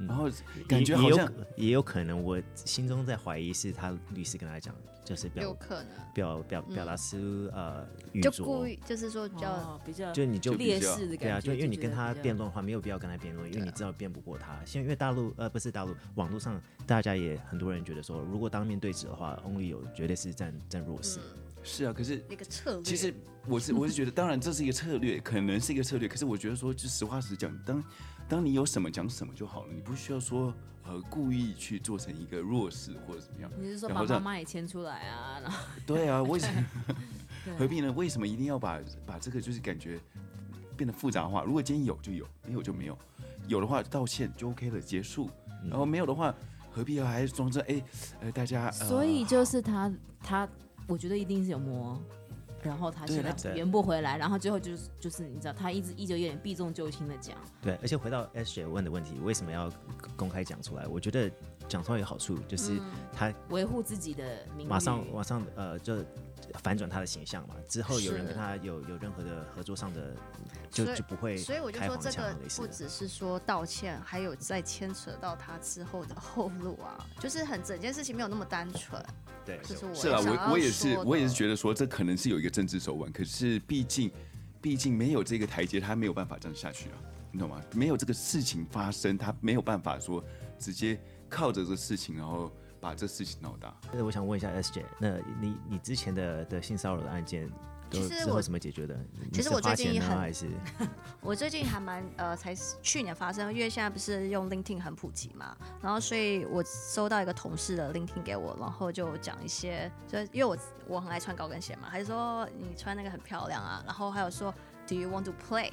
[SPEAKER 1] 然后
[SPEAKER 3] 也
[SPEAKER 1] 感觉
[SPEAKER 3] 也
[SPEAKER 1] 好
[SPEAKER 3] 有
[SPEAKER 1] 像
[SPEAKER 3] 可也有可能，我心中在怀疑是他律师跟他讲，就是
[SPEAKER 2] 有
[SPEAKER 3] 表
[SPEAKER 2] 可能
[SPEAKER 3] 表表表
[SPEAKER 4] 嗯
[SPEAKER 3] 达出呃愚
[SPEAKER 2] 就
[SPEAKER 3] 拙
[SPEAKER 2] 故，意就是说比较
[SPEAKER 4] 哦比较
[SPEAKER 3] 就你就
[SPEAKER 1] 比较
[SPEAKER 4] 劣势的感觉，
[SPEAKER 3] 对啊，就因为你
[SPEAKER 4] 觉得
[SPEAKER 3] 跟他
[SPEAKER 4] 比较
[SPEAKER 3] 辩论的话，没有必要跟他辩论，因为
[SPEAKER 2] 对啊
[SPEAKER 3] 你知道辩不过他。现在因为大陆呃不是大陆，网络上大家也很多人觉得说，如果当面对质的话，Only 有绝对是占占弱势。
[SPEAKER 2] 嗯
[SPEAKER 1] 是啊，可是
[SPEAKER 2] 一个策略。
[SPEAKER 1] 其实我是我是觉得，当然这是一个策略，可能是一个策略，可是我觉得说，就实话实讲，当当你有什么讲什么就好了，你不需要说呃故意去做成一个弱势或者怎么样。
[SPEAKER 4] 你是说
[SPEAKER 1] 然
[SPEAKER 4] 把
[SPEAKER 1] 后这
[SPEAKER 4] 妈
[SPEAKER 1] 样
[SPEAKER 4] 妈也牵出来啊？然后
[SPEAKER 1] 对 啊，为什么
[SPEAKER 4] 对
[SPEAKER 1] 何必呢？为什么一定要把把这个就是感觉变得复杂化？如果今天有就有，没有就没有，有的话道歉就 OK 了，结束。
[SPEAKER 2] 嗯
[SPEAKER 1] 然后没有的话，何必要还装着哎呃大家？呃
[SPEAKER 4] 所以就是他他，我觉得一定是有魔，然后他
[SPEAKER 1] 对
[SPEAKER 4] 现在
[SPEAKER 3] 对
[SPEAKER 4] 圆不回来，然后最后就是就是你知道，他一直依旧有点避重就轻的讲，
[SPEAKER 3] 对，而且回到 S 姐问的问题，为什么要公开讲出来？我觉得讲出来有好处，就是
[SPEAKER 2] 嗯
[SPEAKER 3] 他
[SPEAKER 4] 维护自己的名誉。
[SPEAKER 3] 马上马上呃就反转他的形象嘛，之后有人
[SPEAKER 2] 是
[SPEAKER 3] 跟他有有任何的合作上的，就
[SPEAKER 2] 所以
[SPEAKER 3] 就不会
[SPEAKER 2] 所以我就
[SPEAKER 3] 开
[SPEAKER 2] 说，
[SPEAKER 3] 黄
[SPEAKER 2] 这
[SPEAKER 3] 腔
[SPEAKER 2] 个
[SPEAKER 3] 了类似
[SPEAKER 2] 不
[SPEAKER 3] 的
[SPEAKER 2] 只是说道歉，还有在牵扯到他之后的后路啊，就是很整件事情没有那么单纯。
[SPEAKER 3] 对，
[SPEAKER 2] 这是我
[SPEAKER 1] 是啊，
[SPEAKER 2] 想要
[SPEAKER 1] 我我也是，
[SPEAKER 2] 说的
[SPEAKER 1] 我也是觉得说这可能是有一个政治手腕，可是毕竟，毕竟没有这个台阶，他没有办法这样下去啊，你懂吗？没有这个事情发生，他没有办法说直接靠着这事情，然后把这事情闹大。
[SPEAKER 3] 那我想问一下 S 姐，那你你之前的的性骚扰的案件，都
[SPEAKER 2] 其实
[SPEAKER 3] 之后
[SPEAKER 2] 我
[SPEAKER 3] 怎么解决的？你
[SPEAKER 2] 其实
[SPEAKER 3] 是
[SPEAKER 2] 我最
[SPEAKER 3] 花
[SPEAKER 2] 近
[SPEAKER 3] 钱
[SPEAKER 2] 也
[SPEAKER 3] 呢
[SPEAKER 2] 很
[SPEAKER 3] 还是
[SPEAKER 2] 我最近还蛮呃，才去年发生，因为现在不是用 LinkedIn 很普及嘛，然后所以我收到一个同事的 LinkedIn 给我，然后就讲一些，就是因为我我很爱穿高跟鞋嘛，还是说你穿那个很漂亮啊，然后还有说 Do you want to play？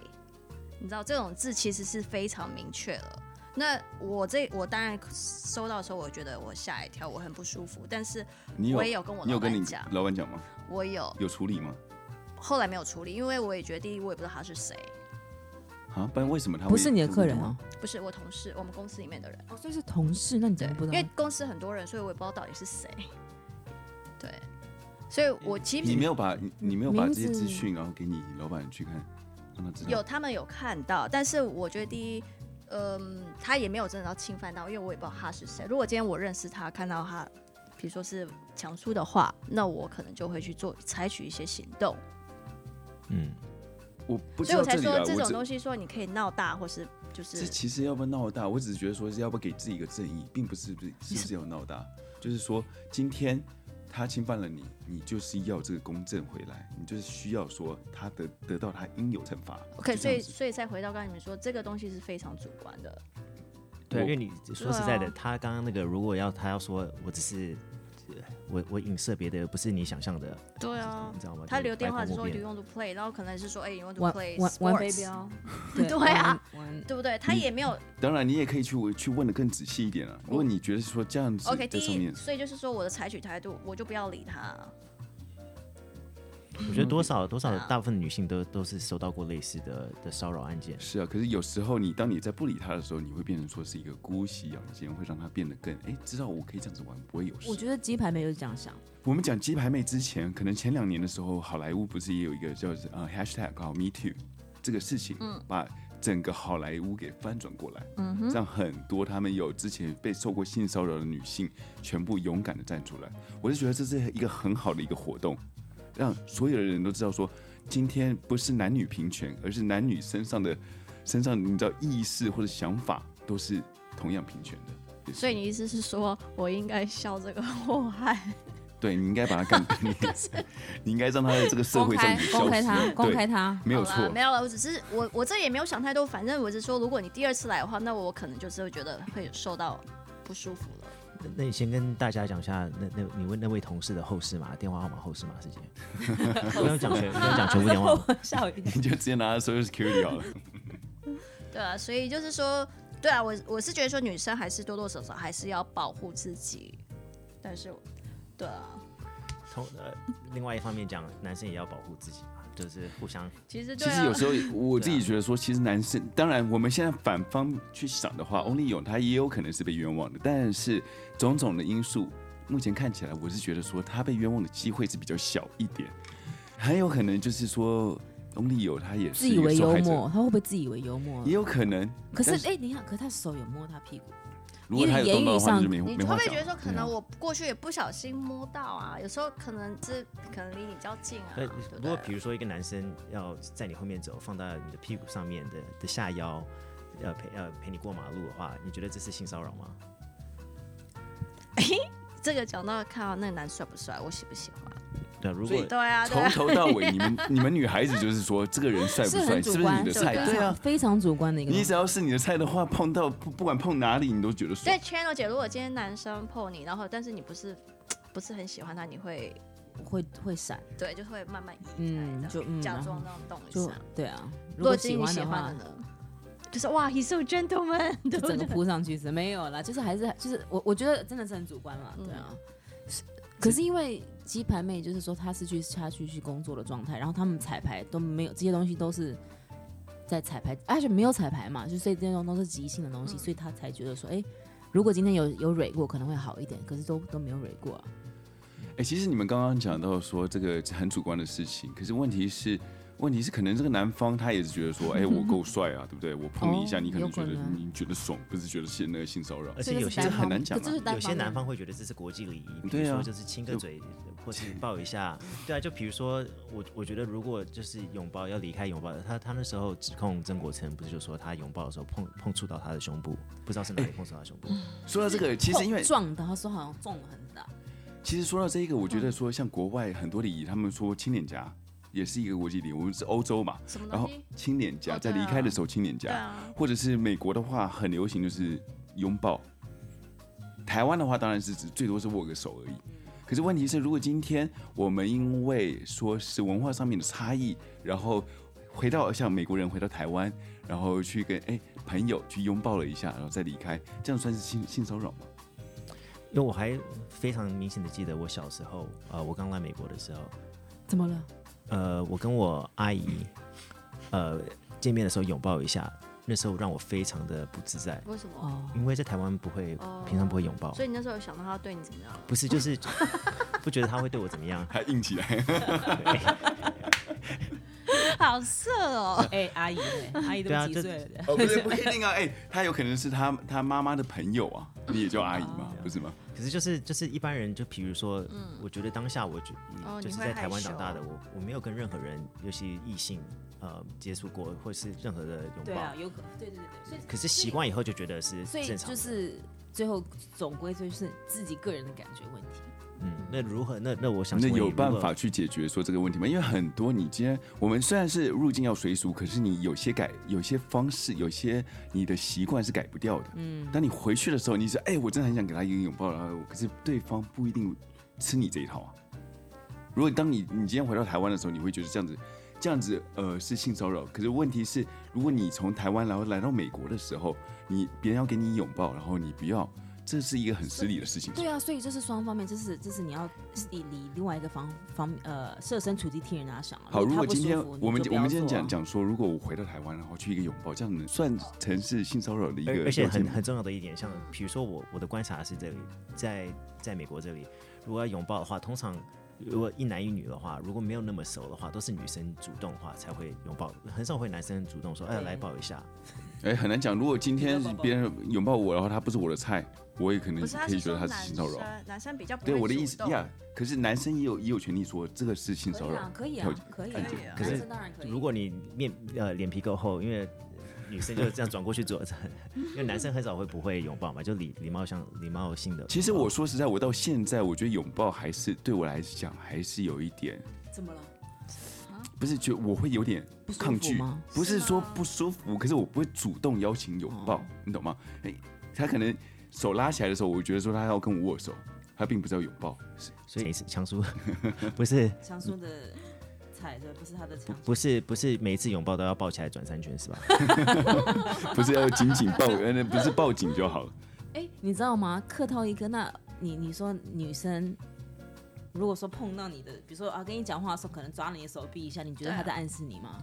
[SPEAKER 2] 你知道这种字其实是非常明确了。那我这我当然收到的时候，我觉得我吓一跳，我很不舒服，但是
[SPEAKER 1] 你有
[SPEAKER 2] 我也有跟我
[SPEAKER 1] 你
[SPEAKER 2] 老
[SPEAKER 1] 有跟
[SPEAKER 2] 板
[SPEAKER 1] 你
[SPEAKER 2] 讲，
[SPEAKER 1] 老板讲吗？
[SPEAKER 2] 我有
[SPEAKER 1] 有处理吗？
[SPEAKER 2] 后来没有处理，因为我也觉得第一我也不知道他是谁，
[SPEAKER 1] 啊，不然为什么他会
[SPEAKER 4] 不是你的客人
[SPEAKER 1] 这么
[SPEAKER 4] 哦，
[SPEAKER 2] 不是我同事，我们公司里面的人。
[SPEAKER 4] 哦，所以是同事，那你怎
[SPEAKER 2] 对
[SPEAKER 4] 么不，
[SPEAKER 2] 因
[SPEAKER 4] 知道？
[SPEAKER 2] 为公司很多人，所以我也不知道到底是谁。对，所以我其
[SPEAKER 1] 做？你没
[SPEAKER 2] 实
[SPEAKER 1] 有把你你没有把这
[SPEAKER 4] 名字
[SPEAKER 1] 些资讯，然后给你老板去看，让他知道。
[SPEAKER 2] 有他们有看到，但是我觉得第一，嗯，他也没有真的要侵犯到，因为我也不知道他是谁。如果今天我认识他，看到他，比如说是强出的话，那我可能就会去做采取一些行动。
[SPEAKER 3] 嗯，
[SPEAKER 1] 我不知
[SPEAKER 2] 所以
[SPEAKER 1] 道
[SPEAKER 2] 我
[SPEAKER 1] 这
[SPEAKER 2] 才
[SPEAKER 1] 里
[SPEAKER 2] 说
[SPEAKER 1] 啊，
[SPEAKER 2] 这
[SPEAKER 1] 我
[SPEAKER 2] 种
[SPEAKER 1] 只
[SPEAKER 2] 东西说你可以闹大，或是就
[SPEAKER 1] 这
[SPEAKER 2] 是
[SPEAKER 1] 其实要不要闹大，我只是觉得说是要不要给自己一个正义，并不是不是是不是要闹大，就是说今天他侵犯了你，你就是要这个公正回来，你就是需要说他得得到他应有惩罚。
[SPEAKER 2] OK。
[SPEAKER 1] 就
[SPEAKER 2] 所
[SPEAKER 1] 这
[SPEAKER 2] 以
[SPEAKER 1] 样子
[SPEAKER 2] 所以再回到刚才你们说，这个东西是非常主观的。
[SPEAKER 3] 对，啊
[SPEAKER 1] 我
[SPEAKER 3] 因为你说实在
[SPEAKER 2] 对
[SPEAKER 3] 的，
[SPEAKER 2] 啊
[SPEAKER 3] 他刚刚那个如果要他要说我只是呃我我影射别的，不是你想象的，
[SPEAKER 2] 对啊
[SPEAKER 1] 嗯
[SPEAKER 3] 你知道吗？
[SPEAKER 2] 他
[SPEAKER 3] 就
[SPEAKER 2] 留电
[SPEAKER 3] 白
[SPEAKER 2] 话
[SPEAKER 3] 头
[SPEAKER 2] 是说
[SPEAKER 3] 莫
[SPEAKER 2] Do
[SPEAKER 3] 辩
[SPEAKER 2] you want to play，然后可能是说哎、y o u want to
[SPEAKER 4] 玩
[SPEAKER 2] play
[SPEAKER 4] 玩玩飞
[SPEAKER 2] sports？
[SPEAKER 4] 镖，
[SPEAKER 2] 对啊，
[SPEAKER 4] 玩玩
[SPEAKER 2] 对不对？他
[SPEAKER 1] 你
[SPEAKER 2] 也没有
[SPEAKER 1] 当然你也可以去去问的更仔细一点啊。如果你觉得说这样子
[SPEAKER 2] OK，第
[SPEAKER 1] 在上
[SPEAKER 2] 一，
[SPEAKER 1] 面
[SPEAKER 2] 所以就是说我的采取态度，我就不要理他。
[SPEAKER 3] 我觉得多少多少
[SPEAKER 2] 啊
[SPEAKER 3] 大部分女性都都是收到过类似的的骚扰案件。
[SPEAKER 1] 是啊，可是有时候你当你在不理他的时候，你会变成说是一个姑息啊养奸，会让他变得更哎知道我可以这样子玩，不会有事。
[SPEAKER 4] 我觉得鸡排妹就是这样想，
[SPEAKER 1] 我们讲鸡排妹之前，可能前两年的时候，好莱坞不是也有一个叫呃 hashtag 好 Me Too 这个事情，
[SPEAKER 2] 嗯
[SPEAKER 1] 把整个好莱坞给翻转过来，让很多他们有之前被受过性骚扰的女性，全部勇敢的站出来。我是觉得这是一个很好的一个活动，让所有的人都知道说，今天不是男女平权，而是男女身上的身上，你知道意识或者想法都是同样平权的。也是
[SPEAKER 2] 所以你意思是说我应该笑这个祸害？
[SPEAKER 1] 对你应该把他干，你你应该让他在这个社
[SPEAKER 4] 公
[SPEAKER 1] 会上
[SPEAKER 4] 开
[SPEAKER 1] 消失。
[SPEAKER 4] 公开他，公
[SPEAKER 1] 对
[SPEAKER 4] 开他，
[SPEAKER 1] 没有
[SPEAKER 2] 好啦
[SPEAKER 1] 错
[SPEAKER 2] 没。有了，我只是我我这也没有想太多，反正我是说，如果你第二次来的话，那我可能就是会觉得会受到不舒服了。
[SPEAKER 3] 那那你先跟大家讲一下，那那你问那位同事的后事嘛，电话号码后事嘛，师姐， 不用讲全不用讲全部电话号码。
[SPEAKER 4] 吓我一 跳。
[SPEAKER 1] 你就直接拿 Social Security 好了。
[SPEAKER 2] 对啊，所以就是说，对啊，我我是觉得说女生还是多多少少还是要保护自己，但是我，对啊，
[SPEAKER 3] 同呃，另外一方面讲，男生也要保护自己嘛，就是互相
[SPEAKER 2] 其 实对
[SPEAKER 1] 其
[SPEAKER 2] 啊，
[SPEAKER 1] 实有时候我自己觉得说，其实男生，当然我们现在反方去想的话，Only 勇他也有可能是被冤枉的，但是种种的因素，目前看起来我是觉得说他被冤枉的机会是比较小一点，很有可能就是说翁立友他也是
[SPEAKER 4] 自
[SPEAKER 1] 一
[SPEAKER 4] 以
[SPEAKER 1] 个
[SPEAKER 4] 为
[SPEAKER 1] 受
[SPEAKER 4] 幽
[SPEAKER 1] 害者
[SPEAKER 4] 默，他会不会自以为幽默
[SPEAKER 1] 也？有可能。
[SPEAKER 4] 可是
[SPEAKER 1] 但是
[SPEAKER 4] 哎，你看，可是他手有摸他屁股，
[SPEAKER 1] 如果他有动到的话，那
[SPEAKER 4] 言语
[SPEAKER 1] 就没没
[SPEAKER 2] 你会不
[SPEAKER 1] 话
[SPEAKER 2] 会
[SPEAKER 1] 讲
[SPEAKER 2] 觉
[SPEAKER 1] 了。
[SPEAKER 2] 得说，可
[SPEAKER 3] 对啊
[SPEAKER 2] 能我过去也不小心摸到啊？有时候可能是可能离你较近啊，
[SPEAKER 3] 对
[SPEAKER 2] 对，不
[SPEAKER 3] 如果比
[SPEAKER 2] 对？
[SPEAKER 3] 如说一个男生要在你后面走，放到你的屁股上面的的下腰，要陪要陪你过马路的话，你觉得这是性骚扰吗？
[SPEAKER 2] 这个讲到看到那个男帅不帅，我喜不喜欢？
[SPEAKER 3] 对啊，如
[SPEAKER 1] 所以
[SPEAKER 3] 果
[SPEAKER 2] 对啊，对
[SPEAKER 1] 从
[SPEAKER 2] 啊，
[SPEAKER 1] 头到尾，你们你们女孩子就是说，这个人帅不帅，是
[SPEAKER 4] 很主
[SPEAKER 1] 不是
[SPEAKER 4] 观，
[SPEAKER 1] 你的
[SPEAKER 2] 主
[SPEAKER 1] 菜？
[SPEAKER 2] 观
[SPEAKER 1] 对啊，
[SPEAKER 4] 非常主观的一个东
[SPEAKER 1] 你
[SPEAKER 4] 西。
[SPEAKER 1] 只要是你的菜的话，碰到不不管碰哪里，你都觉得
[SPEAKER 2] 所
[SPEAKER 1] 爽
[SPEAKER 2] 以。Channel 姐，如果今天男生碰你，然后但是你不是不是很喜欢他，你会
[SPEAKER 4] 会会闪，
[SPEAKER 2] 对，就会慢慢移开，
[SPEAKER 4] 嗯
[SPEAKER 2] 这样
[SPEAKER 4] 就嗯
[SPEAKER 2] 假
[SPEAKER 4] 然
[SPEAKER 2] 装
[SPEAKER 4] 后
[SPEAKER 2] 那种动一
[SPEAKER 4] 就
[SPEAKER 2] 下。
[SPEAKER 4] 对啊。如
[SPEAKER 2] 如果
[SPEAKER 4] 果
[SPEAKER 2] 今
[SPEAKER 4] 喜
[SPEAKER 2] 天你
[SPEAKER 4] 欢
[SPEAKER 2] 喜
[SPEAKER 4] 的
[SPEAKER 2] 欢
[SPEAKER 4] 话，
[SPEAKER 2] 的呢，就是哇，he's so gentleman，对
[SPEAKER 4] 就
[SPEAKER 2] 不
[SPEAKER 4] 整个
[SPEAKER 2] 对？
[SPEAKER 4] 扑上去是没有啦，就是还是就是我我觉得真的是很主观啦，对啊。是可是因为鸡排妹就是说她是去她去去工作的状态，然后他们彩排都没有这些东西都是在彩排，而且没有彩排嘛，就所以这些东西都是即兴的东西，
[SPEAKER 2] 嗯
[SPEAKER 4] 所以她才觉得说，哎、如果今天有有蕊过可能会好一点，可是都都没有蕊过啊。
[SPEAKER 1] 哎、其实你们刚刚讲到说这个很主观的事情，可是问题是，问题是可能这个男方他也是觉得说，哎、我够帅啊，对不对？我碰你一下，
[SPEAKER 4] 哦
[SPEAKER 1] 你可能
[SPEAKER 4] 有
[SPEAKER 1] 觉
[SPEAKER 4] 可
[SPEAKER 1] 得
[SPEAKER 4] 能
[SPEAKER 1] 你觉得爽，不是觉得是那个性骚扰
[SPEAKER 3] 而。且有些
[SPEAKER 1] 这
[SPEAKER 4] 这个是单方
[SPEAKER 1] 很难讲
[SPEAKER 4] 可这
[SPEAKER 1] 啊
[SPEAKER 4] 是。单
[SPEAKER 3] 有些
[SPEAKER 4] 方
[SPEAKER 3] 男
[SPEAKER 4] 面
[SPEAKER 3] 方会觉得这是国际礼仪，比
[SPEAKER 1] 对
[SPEAKER 3] 如
[SPEAKER 1] 啊
[SPEAKER 3] 说就是亲个
[SPEAKER 1] 就
[SPEAKER 3] 嘴，或是抱一下， 对啊，就比如说我我觉得如果就是拥抱要离开拥抱，他他那时候指控曾国成不是就说他拥抱的时候碰碰触到他的胸部，不知道是哪里碰触到他的胸部，
[SPEAKER 1] 说到这个，其实因为
[SPEAKER 4] 撞的，她说好像撞的很大，
[SPEAKER 1] 其实说到这一个，我觉得说像国外很多礼仪，他们说亲脸颊也是一个国际礼仪，我们是欧洲嘛，
[SPEAKER 2] 什么
[SPEAKER 1] 然
[SPEAKER 2] 东
[SPEAKER 1] 后
[SPEAKER 2] 西？
[SPEAKER 1] 亲脸颊，
[SPEAKER 2] 哦
[SPEAKER 1] 在
[SPEAKER 2] 对啊
[SPEAKER 1] 离开的时候亲脸颊。
[SPEAKER 2] 对啊，
[SPEAKER 1] 或者是美国的话很流行就是拥抱，台湾的话当然是只最多是握个手而已。可是问题是，如果今天我们因为说是文化上面的差异，然后回到像美国人回到台湾，然后去跟哎、朋友去拥抱了一下，然后再离开，这样算是性性骚扰吗？
[SPEAKER 3] 因为我还非常明显的记得我小时候，呃，我刚来美国的时候，
[SPEAKER 4] 怎么了？
[SPEAKER 3] 呃，我跟我阿姨，呃，见面的时候拥抱一下，那时候让我非常的不自在，
[SPEAKER 2] 为什么？
[SPEAKER 4] 哦，
[SPEAKER 3] 因为在台湾不会，
[SPEAKER 2] 哦
[SPEAKER 3] 平常不会拥抱
[SPEAKER 2] 所，以你那时候有想到他对你怎么样吗？
[SPEAKER 3] 不是就是 不觉得他会对我怎么样，
[SPEAKER 1] 还硬起来，
[SPEAKER 2] 好色哦！
[SPEAKER 4] 哎、阿姨嘞，阿姨都
[SPEAKER 3] 对啊
[SPEAKER 4] 几
[SPEAKER 3] 这
[SPEAKER 4] 岁了？
[SPEAKER 1] 哦， 不是不一定啊，哎、他有可能是他他妈妈的朋友啊，你也叫阿姨嘛，不是吗？
[SPEAKER 3] 可是就是就是一般人，就比如说，我觉得当下我就、
[SPEAKER 2] 哦
[SPEAKER 3] 就是
[SPEAKER 2] 你会
[SPEAKER 3] 在台湾
[SPEAKER 2] 害羞
[SPEAKER 3] 长大的我，我没有跟任何人，尤其异性，呃，接触过或是任何的拥
[SPEAKER 4] 对啊，
[SPEAKER 3] 抱。
[SPEAKER 4] 有可对对对对，所以
[SPEAKER 3] 可是习惯以后就觉得是
[SPEAKER 4] 所以
[SPEAKER 3] 正常
[SPEAKER 4] 就
[SPEAKER 3] 的。
[SPEAKER 4] 是最后总归就是自己个人的感觉问题。
[SPEAKER 3] 嗯，那如何？那那我想
[SPEAKER 1] 那
[SPEAKER 3] 问你
[SPEAKER 1] 有办
[SPEAKER 3] 如
[SPEAKER 1] 法
[SPEAKER 3] 果
[SPEAKER 1] 去解决说这个问题吗？因为很多你今天我们虽然是入境要随俗，可是你有些改，有些方式，有些你的习惯是改不掉的。嗯，当你回去的时候，你说：“哎、我真的很想给他一个拥抱。”然后，可是对方不一定吃你这一套啊。如果当你你今天回到台湾的时候，你会觉得这样子，这样子呃是性骚扰。可是问题是，如果你从台湾然后来到美国的时候，你别人要给你拥抱，然后你不要，这是一个很失礼的事情。
[SPEAKER 4] 对啊，所以这是双方面，这是这是你要以以另外一个方方呃设身处地替人家想啊。
[SPEAKER 1] 好，如
[SPEAKER 4] 他
[SPEAKER 1] 果
[SPEAKER 4] 不
[SPEAKER 1] 今
[SPEAKER 4] 舒
[SPEAKER 1] 天
[SPEAKER 4] 服
[SPEAKER 1] 我们
[SPEAKER 4] 你就
[SPEAKER 1] 我
[SPEAKER 4] 不要
[SPEAKER 1] 们今天
[SPEAKER 4] 做啊
[SPEAKER 1] 讲讲说，如果我回到台湾，然后去一个拥抱，这样能算成是性骚扰的一个
[SPEAKER 3] 而而且
[SPEAKER 1] 标签
[SPEAKER 3] 很
[SPEAKER 1] 吗
[SPEAKER 3] 很重要的一点，像比如说我我的观察是这里，在在美国这里，如果要拥抱的话，通常如果一男一女的话，如果没有那么熟的话，都是女生主动的话才会拥抱，很少会男生主动说哎
[SPEAKER 4] 对
[SPEAKER 3] 来抱一下。
[SPEAKER 1] 哎、很难讲。如果今天
[SPEAKER 4] 拥抱抱
[SPEAKER 1] 别人拥抱我，然后他不是我的菜，我也可能
[SPEAKER 2] 不是，他
[SPEAKER 1] 可以
[SPEAKER 2] 是
[SPEAKER 1] 觉
[SPEAKER 2] 说
[SPEAKER 1] 得他
[SPEAKER 2] 男
[SPEAKER 1] 是性
[SPEAKER 2] 生
[SPEAKER 1] 骚扰。，
[SPEAKER 2] 男生比较不
[SPEAKER 1] 对
[SPEAKER 2] 会
[SPEAKER 1] 我的
[SPEAKER 2] 主
[SPEAKER 1] 意思
[SPEAKER 2] 动
[SPEAKER 1] 呀，可是男生也有也有权利说这个是性骚扰。
[SPEAKER 4] 可以
[SPEAKER 1] 条
[SPEAKER 4] 啊
[SPEAKER 1] 件，
[SPEAKER 4] 可以啊，
[SPEAKER 1] 案
[SPEAKER 4] 可以
[SPEAKER 1] 件
[SPEAKER 4] 啊。
[SPEAKER 1] 可是
[SPEAKER 4] 男生当然可以。
[SPEAKER 3] 如果你面呃脸皮够厚，因为女生就是这样转过去做， 因为男生很少会不会拥抱嘛，就礼礼貌上礼貌性的。
[SPEAKER 1] 其实我说实在，我到现在我觉得拥抱还是对我来讲还是有一点，
[SPEAKER 4] 怎么了？
[SPEAKER 1] 不是觉得我会有点
[SPEAKER 4] 不舒服
[SPEAKER 1] 抗拒
[SPEAKER 4] 吗，
[SPEAKER 1] 不是说不舒服，可是我不会主动邀请拥抱
[SPEAKER 4] 哦，
[SPEAKER 1] 你懂吗？哎，他可能手拉起来的时候，我觉得说他要跟我握手，他并不是要拥 抱，是
[SPEAKER 3] 所以每次强叔 不是
[SPEAKER 4] 强叔的菜对，不是他的强叔。
[SPEAKER 3] 不是不是每一次拥抱都要抱起来转三圈是吧？
[SPEAKER 1] 不是要紧紧抱，呃，那不是抱紧就 好了。
[SPEAKER 4] 哎， 你知道吗？客套一个，那你你说女生。如果说碰到你的，比如说啊，跟你讲话的时候，可能抓你的手臂一下，你觉得
[SPEAKER 2] 对啊
[SPEAKER 4] 他在暗示你吗？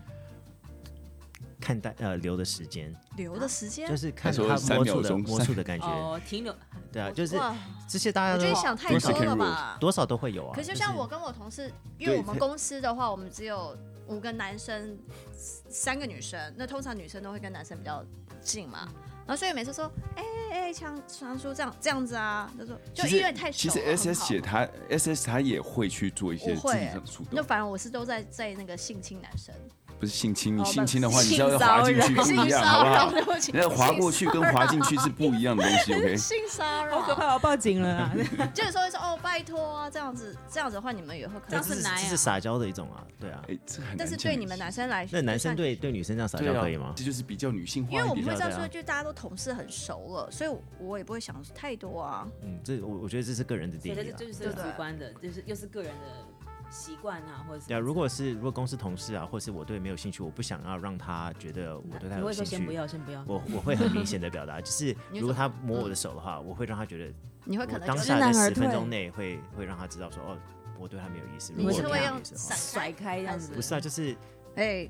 [SPEAKER 3] 看待呃留的时间，
[SPEAKER 2] 留的时间
[SPEAKER 3] 就。是看
[SPEAKER 1] 他说
[SPEAKER 3] 他
[SPEAKER 1] 三
[SPEAKER 3] 摸
[SPEAKER 1] 秒
[SPEAKER 3] 触的
[SPEAKER 1] 钟
[SPEAKER 3] 摸触的感觉，
[SPEAKER 4] 哦，停留，
[SPEAKER 3] 对啊，就是
[SPEAKER 2] 哇
[SPEAKER 3] 这些大
[SPEAKER 2] 我
[SPEAKER 3] 家
[SPEAKER 2] 觉得
[SPEAKER 3] 都
[SPEAKER 2] 想太
[SPEAKER 1] 多
[SPEAKER 2] 多
[SPEAKER 1] 少
[SPEAKER 2] 了
[SPEAKER 1] 看
[SPEAKER 2] 吧？
[SPEAKER 3] 多少都会有啊。
[SPEAKER 2] 可是就是像我跟我同事，因为
[SPEAKER 1] 对
[SPEAKER 2] 我们
[SPEAKER 1] 他
[SPEAKER 2] 公司的话，我们只有五个男生，三个女生，那通常女生都会跟男生比较近嘛。然后所以每次说，哎哎哎，强强叔这样这样子啊，他说就
[SPEAKER 1] 其实
[SPEAKER 2] 因为太熟
[SPEAKER 1] 其
[SPEAKER 2] 了
[SPEAKER 1] 实
[SPEAKER 2] 很
[SPEAKER 1] S
[SPEAKER 2] 好
[SPEAKER 1] S 姐她 S S 她也会去做一些
[SPEAKER 2] 我
[SPEAKER 1] 自
[SPEAKER 2] 会
[SPEAKER 1] 己上的触
[SPEAKER 2] 那
[SPEAKER 1] 动，
[SPEAKER 2] 反正我是都在在那个性侵男生，
[SPEAKER 1] 不是性侵。
[SPEAKER 2] 哦
[SPEAKER 1] 你
[SPEAKER 2] 不
[SPEAKER 1] 性侵的话，你
[SPEAKER 2] 性
[SPEAKER 1] 是要
[SPEAKER 2] 骚
[SPEAKER 1] 滑进去
[SPEAKER 2] 扰
[SPEAKER 1] 不
[SPEAKER 2] 性
[SPEAKER 1] 一样，
[SPEAKER 2] 骚
[SPEAKER 1] 好不
[SPEAKER 2] 扰
[SPEAKER 1] 好？
[SPEAKER 2] 对不起
[SPEAKER 1] 你要滑过 去跟滑进去是不一样的东西，OK？
[SPEAKER 2] 性骚
[SPEAKER 4] 好可
[SPEAKER 2] 扰，
[SPEAKER 4] 怕，我 报警了啊啦！
[SPEAKER 2] 就有时候会说哦，拜托啊，这样子这样子的话，你们也会可
[SPEAKER 4] 这
[SPEAKER 3] 但
[SPEAKER 4] 样
[SPEAKER 2] 能
[SPEAKER 4] 是
[SPEAKER 3] 这是
[SPEAKER 4] 奶啊
[SPEAKER 3] 这是撒娇的一种啊，对啊。
[SPEAKER 1] 哎，这很难
[SPEAKER 2] 但是
[SPEAKER 1] 讲
[SPEAKER 2] 对你们男生来说，
[SPEAKER 3] 那男生
[SPEAKER 2] 就像
[SPEAKER 3] 对对女生这样撒
[SPEAKER 1] 对啊
[SPEAKER 3] 娇可以吗？
[SPEAKER 1] 这就是比较女性化
[SPEAKER 2] 因为我
[SPEAKER 1] 一
[SPEAKER 2] 们
[SPEAKER 1] 点
[SPEAKER 2] 会
[SPEAKER 3] 比
[SPEAKER 2] 这
[SPEAKER 3] 较
[SPEAKER 2] 样说，
[SPEAKER 3] 对啊
[SPEAKER 2] 就大家都同事很熟了，所以我我也不会想太多啊。
[SPEAKER 3] 嗯，这我我觉得这是个人的定
[SPEAKER 4] 觉得
[SPEAKER 3] 义
[SPEAKER 4] 这
[SPEAKER 3] 啊。
[SPEAKER 4] 就是
[SPEAKER 2] 对
[SPEAKER 4] 主观的，就是又是个人的习惯啊，或者是
[SPEAKER 3] 对啊，如果是如果公司同事啊，或是我对没有兴趣，我不想要让他觉得我对他
[SPEAKER 4] 你
[SPEAKER 3] 有
[SPEAKER 4] 会
[SPEAKER 3] 兴
[SPEAKER 4] 说
[SPEAKER 3] 趣，
[SPEAKER 4] 先不要，先不要，
[SPEAKER 3] 我我会很明显的表达，就是
[SPEAKER 2] 你
[SPEAKER 3] 如果
[SPEAKER 2] 怎么
[SPEAKER 3] 他摸我的手的话，我会让他觉得，
[SPEAKER 2] 你会
[SPEAKER 3] 我
[SPEAKER 2] 可能
[SPEAKER 3] 当
[SPEAKER 2] 就
[SPEAKER 3] 下在
[SPEAKER 5] 知难而
[SPEAKER 3] 十分
[SPEAKER 5] 退
[SPEAKER 3] 钟内会会让他知道说，哦，我对他没有意思。如
[SPEAKER 4] 你
[SPEAKER 3] 果
[SPEAKER 4] 是
[SPEAKER 3] 我
[SPEAKER 4] 会
[SPEAKER 3] 对他
[SPEAKER 2] 用
[SPEAKER 3] 没有意思的
[SPEAKER 2] 闪
[SPEAKER 3] 话
[SPEAKER 4] 甩开这样子，
[SPEAKER 3] 不是啊，就是
[SPEAKER 2] 哎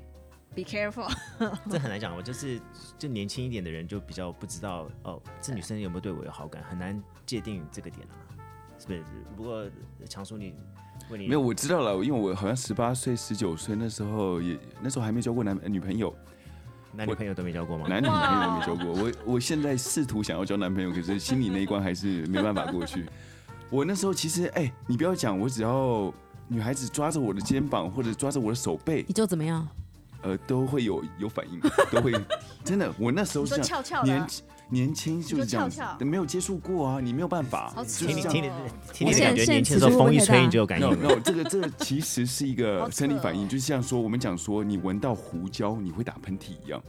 [SPEAKER 2] ，be careful，
[SPEAKER 3] 这很难讲，我就是就年轻一点的人就比较不知道哦，这女生有没有对我有好感，很难界定这个点啊，是不是？不过强叔你问你
[SPEAKER 1] 没有，我知道了，因为我好像十八岁、十九岁那时候也那时候还没交过男女朋友，
[SPEAKER 3] 男女朋友都没交过吗？
[SPEAKER 1] 男女朋友都没交过。我我现在试图想要交男朋友，可是心里那一关还是没办法过去。我那时候其实，哎、你不要讲，我只要女孩子抓着我的肩膀或者抓着我的手背
[SPEAKER 4] 你，就怎么样？
[SPEAKER 1] 呃，都会有有反应，都会真的。我那时候
[SPEAKER 2] 你
[SPEAKER 1] 是
[SPEAKER 2] 说
[SPEAKER 1] 这样，
[SPEAKER 2] 翘翘的
[SPEAKER 1] 年
[SPEAKER 2] 啊，
[SPEAKER 1] 年轻就是这样
[SPEAKER 2] 你
[SPEAKER 1] 子
[SPEAKER 2] 说翘，翘
[SPEAKER 1] 没有接触过啊，你没有办法，
[SPEAKER 2] 好扯
[SPEAKER 1] 就是
[SPEAKER 3] 听你
[SPEAKER 1] 这样
[SPEAKER 3] 听你
[SPEAKER 2] 哦
[SPEAKER 3] 听你的
[SPEAKER 5] 我现
[SPEAKER 3] 感觉，
[SPEAKER 5] 在
[SPEAKER 3] 年轻的时候
[SPEAKER 5] 现在
[SPEAKER 3] 风一
[SPEAKER 5] 此处
[SPEAKER 3] 吹
[SPEAKER 5] 问
[SPEAKER 3] 你就有感应
[SPEAKER 1] no
[SPEAKER 3] 了。
[SPEAKER 1] no，这个这个其实是一
[SPEAKER 2] 好
[SPEAKER 1] 个
[SPEAKER 2] 扯
[SPEAKER 1] 生理反应，
[SPEAKER 2] 哦
[SPEAKER 1] 就像说我们讲说你闻到胡椒你会打喷嚏一样，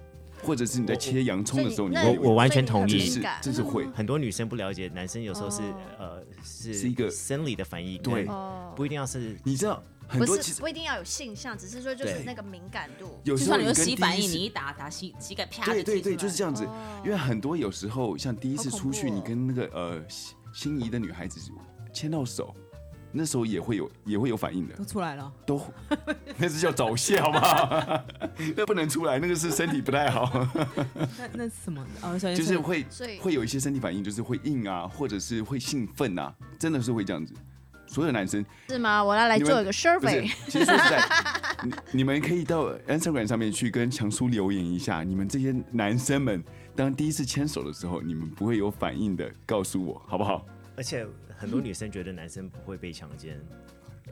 [SPEAKER 1] 或者是你在切洋葱的时候，你
[SPEAKER 2] 所以
[SPEAKER 1] 会
[SPEAKER 2] 那
[SPEAKER 1] 有
[SPEAKER 3] 我我完全同
[SPEAKER 1] 这
[SPEAKER 3] 意
[SPEAKER 2] 所以
[SPEAKER 1] 是
[SPEAKER 2] 你很敏感嗯
[SPEAKER 1] 这是会
[SPEAKER 3] 很多女生不了解，男生有时候是呃是
[SPEAKER 1] 是一个
[SPEAKER 3] 生理的反应，
[SPEAKER 1] 对
[SPEAKER 3] 跟
[SPEAKER 2] 哦，
[SPEAKER 3] 不一定要是
[SPEAKER 1] 你知道很
[SPEAKER 2] 不
[SPEAKER 1] 多其
[SPEAKER 2] 是
[SPEAKER 1] 实
[SPEAKER 2] 不一定要有性向，只是说就是
[SPEAKER 1] 对
[SPEAKER 2] 那个敏感度。
[SPEAKER 1] 有
[SPEAKER 4] 就
[SPEAKER 1] 时候
[SPEAKER 4] 像你
[SPEAKER 1] 跟
[SPEAKER 4] 说
[SPEAKER 1] 第
[SPEAKER 4] 洗反
[SPEAKER 1] 一
[SPEAKER 4] 应，
[SPEAKER 1] 次
[SPEAKER 4] 你一打打膝膝盖啪，
[SPEAKER 1] 对对对，就是这
[SPEAKER 4] 样。
[SPEAKER 1] 样子。因为很多有时候像第一次
[SPEAKER 2] 哦好
[SPEAKER 1] 出
[SPEAKER 2] 恐
[SPEAKER 1] 去，
[SPEAKER 2] 怖哦
[SPEAKER 1] 你跟那个呃心心仪的女孩子牵到手，那时候也会有也会有反应的，
[SPEAKER 4] 都出来了，
[SPEAKER 1] 都 那是叫早泄好不好？ 那不能出来，那个是身体不太好。
[SPEAKER 4] 那那是什么？哦，小
[SPEAKER 1] 就是会
[SPEAKER 2] 所以
[SPEAKER 1] 会有一些身体反应，就是会硬啊，或者是会兴奋啊，真的是会这样子。所有男生
[SPEAKER 2] 是吗？我要来
[SPEAKER 1] 你们
[SPEAKER 2] 做一个
[SPEAKER 1] 不是
[SPEAKER 2] survey，，
[SPEAKER 1] 其实说 实在，你你们可以到 Instagram 上面去跟强叔留言一下，你们这些男生们当第一次牵手的时候，你们不会有反应的，告诉我好不好？
[SPEAKER 3] 而且很多女生觉得男生不会被强奸，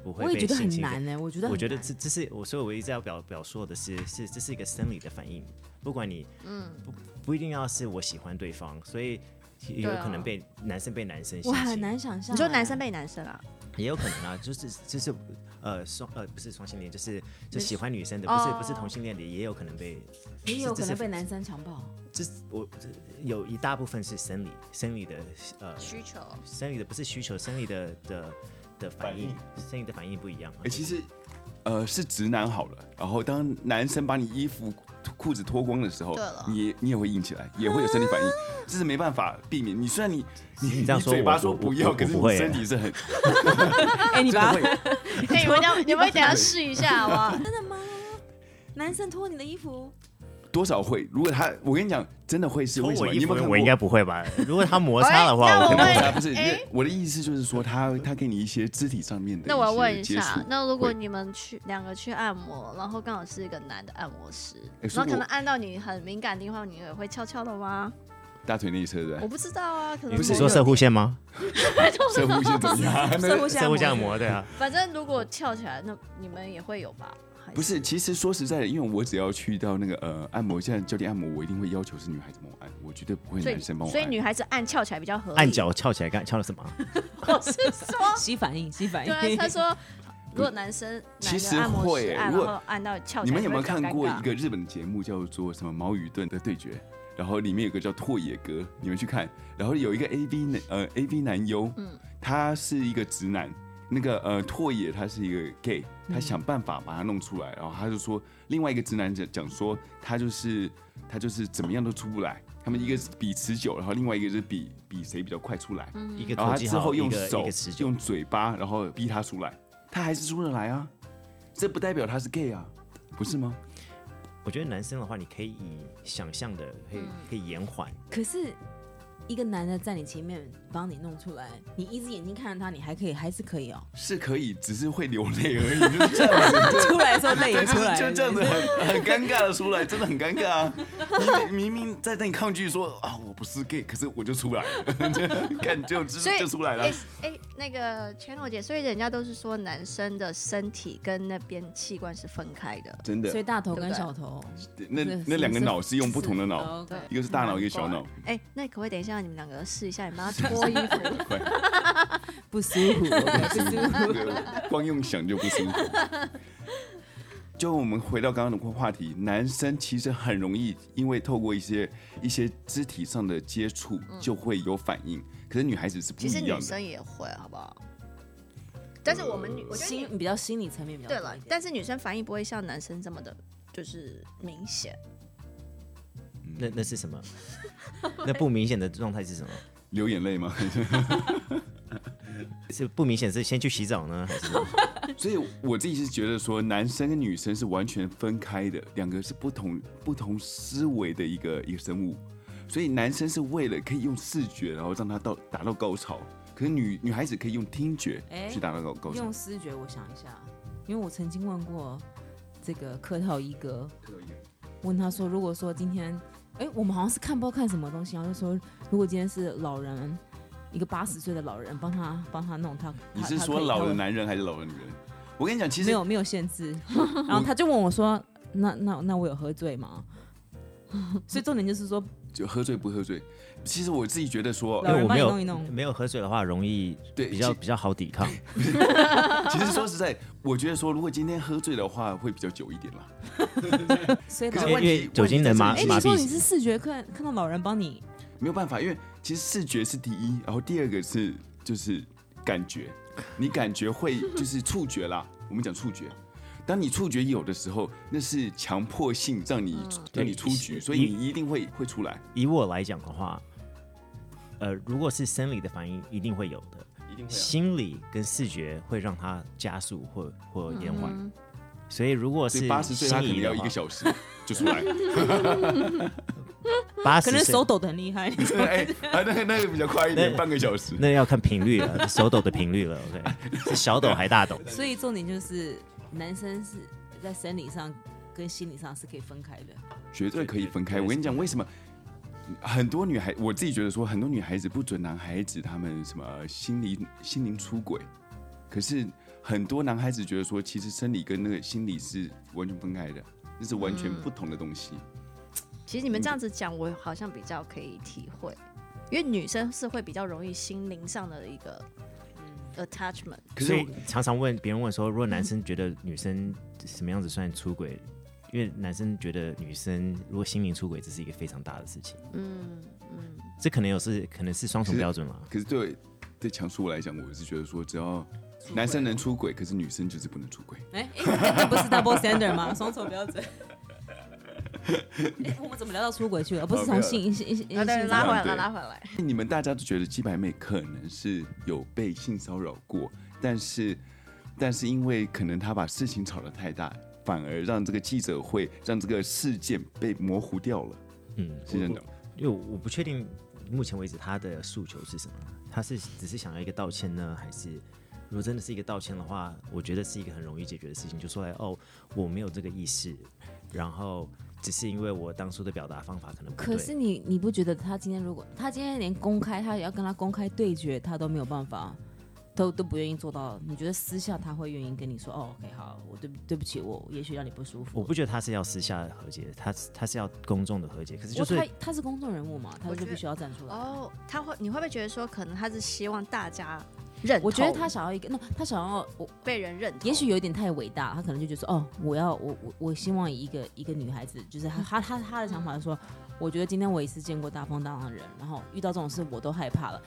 [SPEAKER 3] 不会
[SPEAKER 4] 我也
[SPEAKER 3] 被
[SPEAKER 4] 觉得
[SPEAKER 3] 性
[SPEAKER 4] 很
[SPEAKER 3] 侵犯。
[SPEAKER 4] 难欸呢，我觉得
[SPEAKER 3] 我觉得
[SPEAKER 4] 很难
[SPEAKER 3] 这这是我，所以我一直要表表述的是，是这是一个生理的反应，不管你，嗯，不不一定要是我喜欢对方，所以也有
[SPEAKER 2] 对啊
[SPEAKER 3] 可能被、男生被男生性
[SPEAKER 4] 我很
[SPEAKER 3] 侵，
[SPEAKER 4] 难想象。欸
[SPEAKER 2] 你说男生被男生啊？
[SPEAKER 3] 也有可能啊，就是就是呃双呃不是双性恋，就是就喜欢女生的，
[SPEAKER 2] 哦
[SPEAKER 3] 不是不是同性恋的，也有可能被，
[SPEAKER 4] 也有
[SPEAKER 3] 这
[SPEAKER 4] 可能
[SPEAKER 3] 是
[SPEAKER 4] 被男生强暴，
[SPEAKER 3] 这是我这有一大部分是生理生理的呃
[SPEAKER 2] 需求
[SPEAKER 3] 生理的不是需求，生理的的的反应，生理的反应不一样啊、
[SPEAKER 1] 哎、其实，呃，是直男好了，然后当男生把你衣服、裤子脱光的时候
[SPEAKER 2] 对了，啊
[SPEAKER 1] 你也你也会硬起来，也会有身体反应，这是没办法避免。你虽然你你
[SPEAKER 3] 你这样说
[SPEAKER 1] 嘴巴
[SPEAKER 3] 我
[SPEAKER 1] 说
[SPEAKER 3] 我
[SPEAKER 1] 不
[SPEAKER 3] 我
[SPEAKER 1] 要，
[SPEAKER 3] 我
[SPEAKER 1] 可是
[SPEAKER 3] 不
[SPEAKER 1] 你
[SPEAKER 3] 会
[SPEAKER 1] 身体是很
[SPEAKER 4] 哎，你把
[SPEAKER 1] 会
[SPEAKER 2] 哎，
[SPEAKER 1] 啊
[SPEAKER 2] 你们要你们等一下试一下好不好？
[SPEAKER 4] 真的吗？男生脱你的衣服，
[SPEAKER 1] 多少会。如果他，我跟你讲，真的会是
[SPEAKER 3] 脱
[SPEAKER 1] 为什
[SPEAKER 3] 我
[SPEAKER 1] 么？
[SPEAKER 3] 衣
[SPEAKER 1] 你有
[SPEAKER 3] 服
[SPEAKER 1] 没有看过
[SPEAKER 3] 我应该不会吧？如果他摩擦的话，
[SPEAKER 2] 喂那
[SPEAKER 3] 我可
[SPEAKER 1] 可能
[SPEAKER 2] 我
[SPEAKER 3] 能
[SPEAKER 1] 不
[SPEAKER 2] 问
[SPEAKER 1] 是啊不是，因
[SPEAKER 2] 哎
[SPEAKER 1] 为我的意思就是说，他他给你一些肢体上面的
[SPEAKER 2] 那我要问
[SPEAKER 1] 一
[SPEAKER 2] 一
[SPEAKER 1] 些接触
[SPEAKER 2] 下，那如果
[SPEAKER 1] 会
[SPEAKER 2] 你们去两个去按摩，然后刚好是一个男的按摩师，
[SPEAKER 1] 哎
[SPEAKER 2] 然后
[SPEAKER 1] 所以
[SPEAKER 2] 可
[SPEAKER 1] 我
[SPEAKER 2] 能按到你很敏感的地方，你也会翘翘的吗？
[SPEAKER 1] 大腿内侧
[SPEAKER 2] 我
[SPEAKER 1] 的，
[SPEAKER 2] 不知道啊，可能
[SPEAKER 1] 哎不
[SPEAKER 3] 你
[SPEAKER 1] 是
[SPEAKER 3] 是
[SPEAKER 2] 某
[SPEAKER 3] 说
[SPEAKER 2] 个
[SPEAKER 3] 射护线吗？
[SPEAKER 1] 深呼吸怎么样？
[SPEAKER 4] 社会
[SPEAKER 3] 射护线
[SPEAKER 4] 按
[SPEAKER 3] 按
[SPEAKER 4] 摩，
[SPEAKER 3] 摩对啊，
[SPEAKER 2] 反正如果翘起来，那你们也会有吧？还
[SPEAKER 1] 不是，其实说实在的，因为我只要去到那个呃按摩，现在教练按摩，我一定会要求是女孩子帮我按，我绝对不会
[SPEAKER 2] 所
[SPEAKER 1] 男生帮
[SPEAKER 2] 以
[SPEAKER 1] 我按。
[SPEAKER 2] 所以女孩子按翘起来比较合理。
[SPEAKER 3] 按脚翘起来干翘了什么？
[SPEAKER 2] 我是说，
[SPEAKER 4] 洗反应，洗反应。
[SPEAKER 2] 对啊，他说。如果 男生
[SPEAKER 1] 其实
[SPEAKER 2] 男的按摩师
[SPEAKER 1] 会
[SPEAKER 2] 按，
[SPEAKER 1] 如
[SPEAKER 2] 然
[SPEAKER 1] 果
[SPEAKER 2] 后按到翘
[SPEAKER 1] 你
[SPEAKER 2] 起来，
[SPEAKER 1] 们有没有看过一
[SPEAKER 2] 会
[SPEAKER 1] 个日本的节目叫做什么《毛与盾的对决》？然后里面有个叫拓野哥，你们去看。然后有一个 A V 男，呃，A V 男优，
[SPEAKER 2] 嗯
[SPEAKER 1] 他是一个直男。那个呃，拓野他是一个 gay，他
[SPEAKER 2] 嗯
[SPEAKER 1] 想办法把他弄出来。然后他就说，另外一个直男讲讲说，他就是他就是怎么样都出不来。他们一个是比持久，然后另外一个是比比谁比较快出来。
[SPEAKER 4] 嗯
[SPEAKER 3] 一个
[SPEAKER 1] 然后
[SPEAKER 3] 口
[SPEAKER 1] 他
[SPEAKER 3] 技
[SPEAKER 1] 之
[SPEAKER 3] 好，
[SPEAKER 1] 后
[SPEAKER 3] 一
[SPEAKER 1] 用
[SPEAKER 3] 个一
[SPEAKER 1] 手
[SPEAKER 3] 个持、久
[SPEAKER 1] 用。嘴巴，然后逼他出来，他还是出得来啊。这不代表他是 gay 啊，不是吗？
[SPEAKER 4] 嗯
[SPEAKER 3] 我觉得男生的话，你可以以想象的，可以可以延缓。
[SPEAKER 4] 可是一个男的在你前面帮你弄出来，你一只眼睛看着他，你还可以还是 可以哦。
[SPEAKER 1] 是可以，只是会流泪而已， 就是这样子。
[SPEAKER 4] 出来的时候泪
[SPEAKER 1] 对，
[SPEAKER 4] 也
[SPEAKER 1] 就
[SPEAKER 4] 出
[SPEAKER 1] 是
[SPEAKER 4] 来了，
[SPEAKER 1] 就这样子很很尴尬的出来，真的很尴尬啊！ 明明明在那里抗拒说啊我不是 gay，可是我就出来了， 看就就
[SPEAKER 2] 所以
[SPEAKER 1] 就出来了
[SPEAKER 2] 哎。哎，那个 Channel 姐，所以人家都是说男生的身体跟那边器官是分开的，
[SPEAKER 1] 真的
[SPEAKER 4] 所，以大头跟小头，
[SPEAKER 1] 那
[SPEAKER 4] 是
[SPEAKER 1] 那两个
[SPEAKER 4] 是
[SPEAKER 1] 脑是用不同的
[SPEAKER 4] 是
[SPEAKER 1] 脑，
[SPEAKER 4] 哦，OK
[SPEAKER 1] 一个是大脑，一个小脑。
[SPEAKER 2] 哎、那可不可以等一下你们两个试一下，你 帮他脱衣服？
[SPEAKER 1] 快，
[SPEAKER 4] 不舒服，不舒服。
[SPEAKER 1] 对光用想就不舒服。就我们回到刚刚的话题，男生其实很容易因为透过一些一些肢体上的接触就会有反应，可是女孩子是不
[SPEAKER 2] 嗯其实
[SPEAKER 1] 一样的。
[SPEAKER 2] 女生也会，好不好？但是我们女，我觉得女
[SPEAKER 4] 心比较心理层面比较
[SPEAKER 2] 对
[SPEAKER 4] 多
[SPEAKER 2] 了
[SPEAKER 4] 呃一点，
[SPEAKER 2] 但是女生反应不会像男生这么的，就是明显。
[SPEAKER 1] 嗯
[SPEAKER 3] 那那是什 么？那不明显的状态是什么？
[SPEAKER 1] 流眼泪吗？
[SPEAKER 3] 是不明显是先去洗澡呢，还是
[SPEAKER 1] 所以我自己是觉得说，男生跟女生是完全分开的，两个是不同不同思维的一个一个生物。所以男生是为了可以用视觉，然后让他到达到高潮，可是女女孩子可以用听觉
[SPEAKER 4] 哎
[SPEAKER 1] 去达到高高潮
[SPEAKER 4] 用。视觉，我想一下，因为我曾经问过这个客套一哥，问他说，如果说今天，哎，我们好像是看不知道看什么东西，然后就说，如果今天是老人，一个八十岁的老人帮他帮他弄他，
[SPEAKER 1] 你
[SPEAKER 4] 他
[SPEAKER 1] 是
[SPEAKER 4] 他
[SPEAKER 1] 说
[SPEAKER 4] 可以
[SPEAKER 1] 老
[SPEAKER 4] 他
[SPEAKER 1] 的
[SPEAKER 4] 会
[SPEAKER 1] 男人还是老的女人？我跟你讲，其
[SPEAKER 4] 没
[SPEAKER 1] 实
[SPEAKER 4] 有没有限制， 然后他就问我说，那那那我有喝醉吗？ 所以重点就是说，
[SPEAKER 1] 就喝醉不喝醉，其实我自己觉得说
[SPEAKER 4] 老，
[SPEAKER 3] 因为
[SPEAKER 4] 人
[SPEAKER 3] 我
[SPEAKER 4] 帮
[SPEAKER 3] 没
[SPEAKER 4] 你
[SPEAKER 3] 有
[SPEAKER 4] 弄一弄
[SPEAKER 3] 没有喝水的话，容易
[SPEAKER 1] 对
[SPEAKER 3] 比较
[SPEAKER 1] 其
[SPEAKER 3] 比较好抵抗。
[SPEAKER 1] 其实说实在，我觉得说如果今天喝醉的话，会比较久一点啦。
[SPEAKER 4] 所以
[SPEAKER 1] 可
[SPEAKER 4] 老
[SPEAKER 1] 是问
[SPEAKER 3] 因
[SPEAKER 4] 人
[SPEAKER 3] 为
[SPEAKER 1] 题
[SPEAKER 3] 因为酒精能麻
[SPEAKER 1] 问
[SPEAKER 4] 哎，
[SPEAKER 1] 题
[SPEAKER 4] 你
[SPEAKER 3] 麻
[SPEAKER 4] 说
[SPEAKER 3] 痹
[SPEAKER 4] 你是视觉看看到老人帮你，
[SPEAKER 1] 没有办法，因为其实视觉是第一，然后第二个是就是感觉，你感觉会就是触觉啦。我们讲触觉，当你触觉有的时候，那是强迫性让你、
[SPEAKER 4] 嗯
[SPEAKER 1] 让你出局，
[SPEAKER 3] 是
[SPEAKER 1] 所以你一定会会出来，
[SPEAKER 3] 以我来讲的话，呃，如果是生理的反应，一定会啊有的。
[SPEAKER 1] 一定
[SPEAKER 3] 心理跟视觉会让它加速或或延缓，所以如果
[SPEAKER 1] 所
[SPEAKER 3] 是
[SPEAKER 1] 以八十岁他可能要一个
[SPEAKER 3] 时，
[SPEAKER 1] 小时就出来，
[SPEAKER 3] 八
[SPEAKER 4] 可
[SPEAKER 3] 十
[SPEAKER 4] 能
[SPEAKER 3] 岁
[SPEAKER 4] 手抖的很 厉害。
[SPEAKER 1] 哎，啊那个那个比较快一点，
[SPEAKER 3] 那
[SPEAKER 1] 半个小时。
[SPEAKER 3] 那要看频率了， 手抖的频率了。OK，是小抖还大抖？
[SPEAKER 4] 所以重点就是，男生是在生理上跟心理上是可以分开的。
[SPEAKER 1] 绝对可以分开。
[SPEAKER 3] 对
[SPEAKER 1] 我跟你讲，为什么很多女孩，我自己觉得说，很多女孩子不准男孩子他们什么心灵心灵出轨，可是很多男孩子觉得说，其实生理跟那个心理是完全分开的，那是完全不同的东西。
[SPEAKER 3] 嗯
[SPEAKER 2] 其实你们这样子讲，我好像比较可以体会，因为女生是会比较容易心灵上的一个
[SPEAKER 4] 嗯
[SPEAKER 2] attachment。
[SPEAKER 4] 啊
[SPEAKER 1] 可
[SPEAKER 3] 所
[SPEAKER 1] 是
[SPEAKER 3] 以常常问别人问说，如果男生觉得女生什么样子算出轨？因为男生觉得女生如果心灵出轨，这是一个非常大的事情。
[SPEAKER 2] 嗯嗯，
[SPEAKER 3] 这可能有是可能是双重标准了。
[SPEAKER 1] 可是对对强叔我来讲，我是觉得说，只要男生能出轨，可是女生就是不能出轨。
[SPEAKER 4] 哎、哎，那不是 double standard 吗？双重标准。 哎、我们怎么聊到出轨去了？不是从性性性
[SPEAKER 2] 啊，对，
[SPEAKER 4] 性上
[SPEAKER 2] 拉回来
[SPEAKER 1] 对
[SPEAKER 2] 了，拉回来。
[SPEAKER 1] 你们大家都觉得鸡排妹可能是有被性骚扰过，但是，但是因为可能她把事情炒得太大，反而让这个记者会让这个事件被模糊掉了，
[SPEAKER 3] 嗯，
[SPEAKER 1] 是这样的。
[SPEAKER 3] 因为我不确定目前为止他的诉求是什么，他是只是想要一个道歉呢，还是如果真的是一个道歉的话，我觉得是一个很容易解决的事情，就说来哦，我没有这个意识，然后只是因为我当初的表达方法可能不
[SPEAKER 4] 可是
[SPEAKER 3] 对。
[SPEAKER 4] 你你不觉得他今天如果他今天连公开他也要跟他公开对决，他都没有办法，都都不愿意做到。你觉得私下他会愿意跟你说哦，OK 好，我对不对不起，我也许让你不舒服。
[SPEAKER 3] 我不觉得他是要私下和解，他他是要公众的和解，可是就
[SPEAKER 4] 我
[SPEAKER 3] 是
[SPEAKER 4] 他他是公众人物嘛，他
[SPEAKER 2] 我
[SPEAKER 4] 就
[SPEAKER 2] 觉得
[SPEAKER 4] 必须要站出来。
[SPEAKER 2] 哦，他会，你会不会觉得说，可能他是希望大家认同？
[SPEAKER 4] 我觉得他想要一个，那他想要我，
[SPEAKER 2] 被人认同，
[SPEAKER 4] 也许有点太伟大，他可能就觉得说，哦，我要我我我希望以一个一个女孩子，就是他他他他的想法是说，我觉得今天我也是见过大风大浪的人，然后遇到这种事我都害怕了，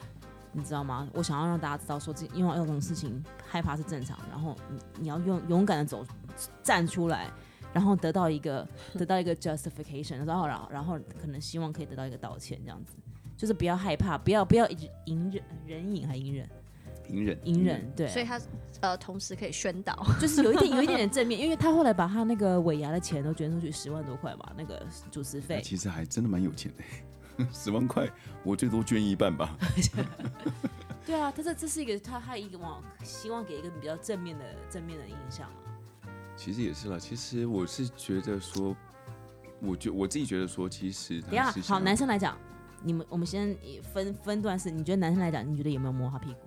[SPEAKER 4] 你知道吗？我想要让大家知道说，这因为要这种事情害怕是正常，然后你你要用勇敢的走站出来。然后得到一 个得到一个 justification，然后然后然后可能希望可以得到一个道歉，这样子，就是不要害怕，不要不要一直隐忍，忍隐还隐忍，
[SPEAKER 1] 隐忍，
[SPEAKER 4] 隐忍，对，
[SPEAKER 2] 所以他呃，同时可以宣导。
[SPEAKER 4] 就是有一点有一点点正面，因为他后来把他那个尾牙的钱都捐出去十万多块嘛，那个主持
[SPEAKER 1] 那
[SPEAKER 4] 费，
[SPEAKER 1] 其实还真的蛮有钱的。 十万块，我最多捐一半吧。
[SPEAKER 4] 对啊，他这这是一个他他一个往希望给一个比较正面的正面的印象嘛。
[SPEAKER 1] 其实也是啦，其实我是觉得说，我觉我自己觉得说，其实
[SPEAKER 4] 等一下
[SPEAKER 1] 他是，想
[SPEAKER 4] 好，男生来讲，你们我们先分分段是，你觉得男生来讲，你觉得有没有摸他屁股？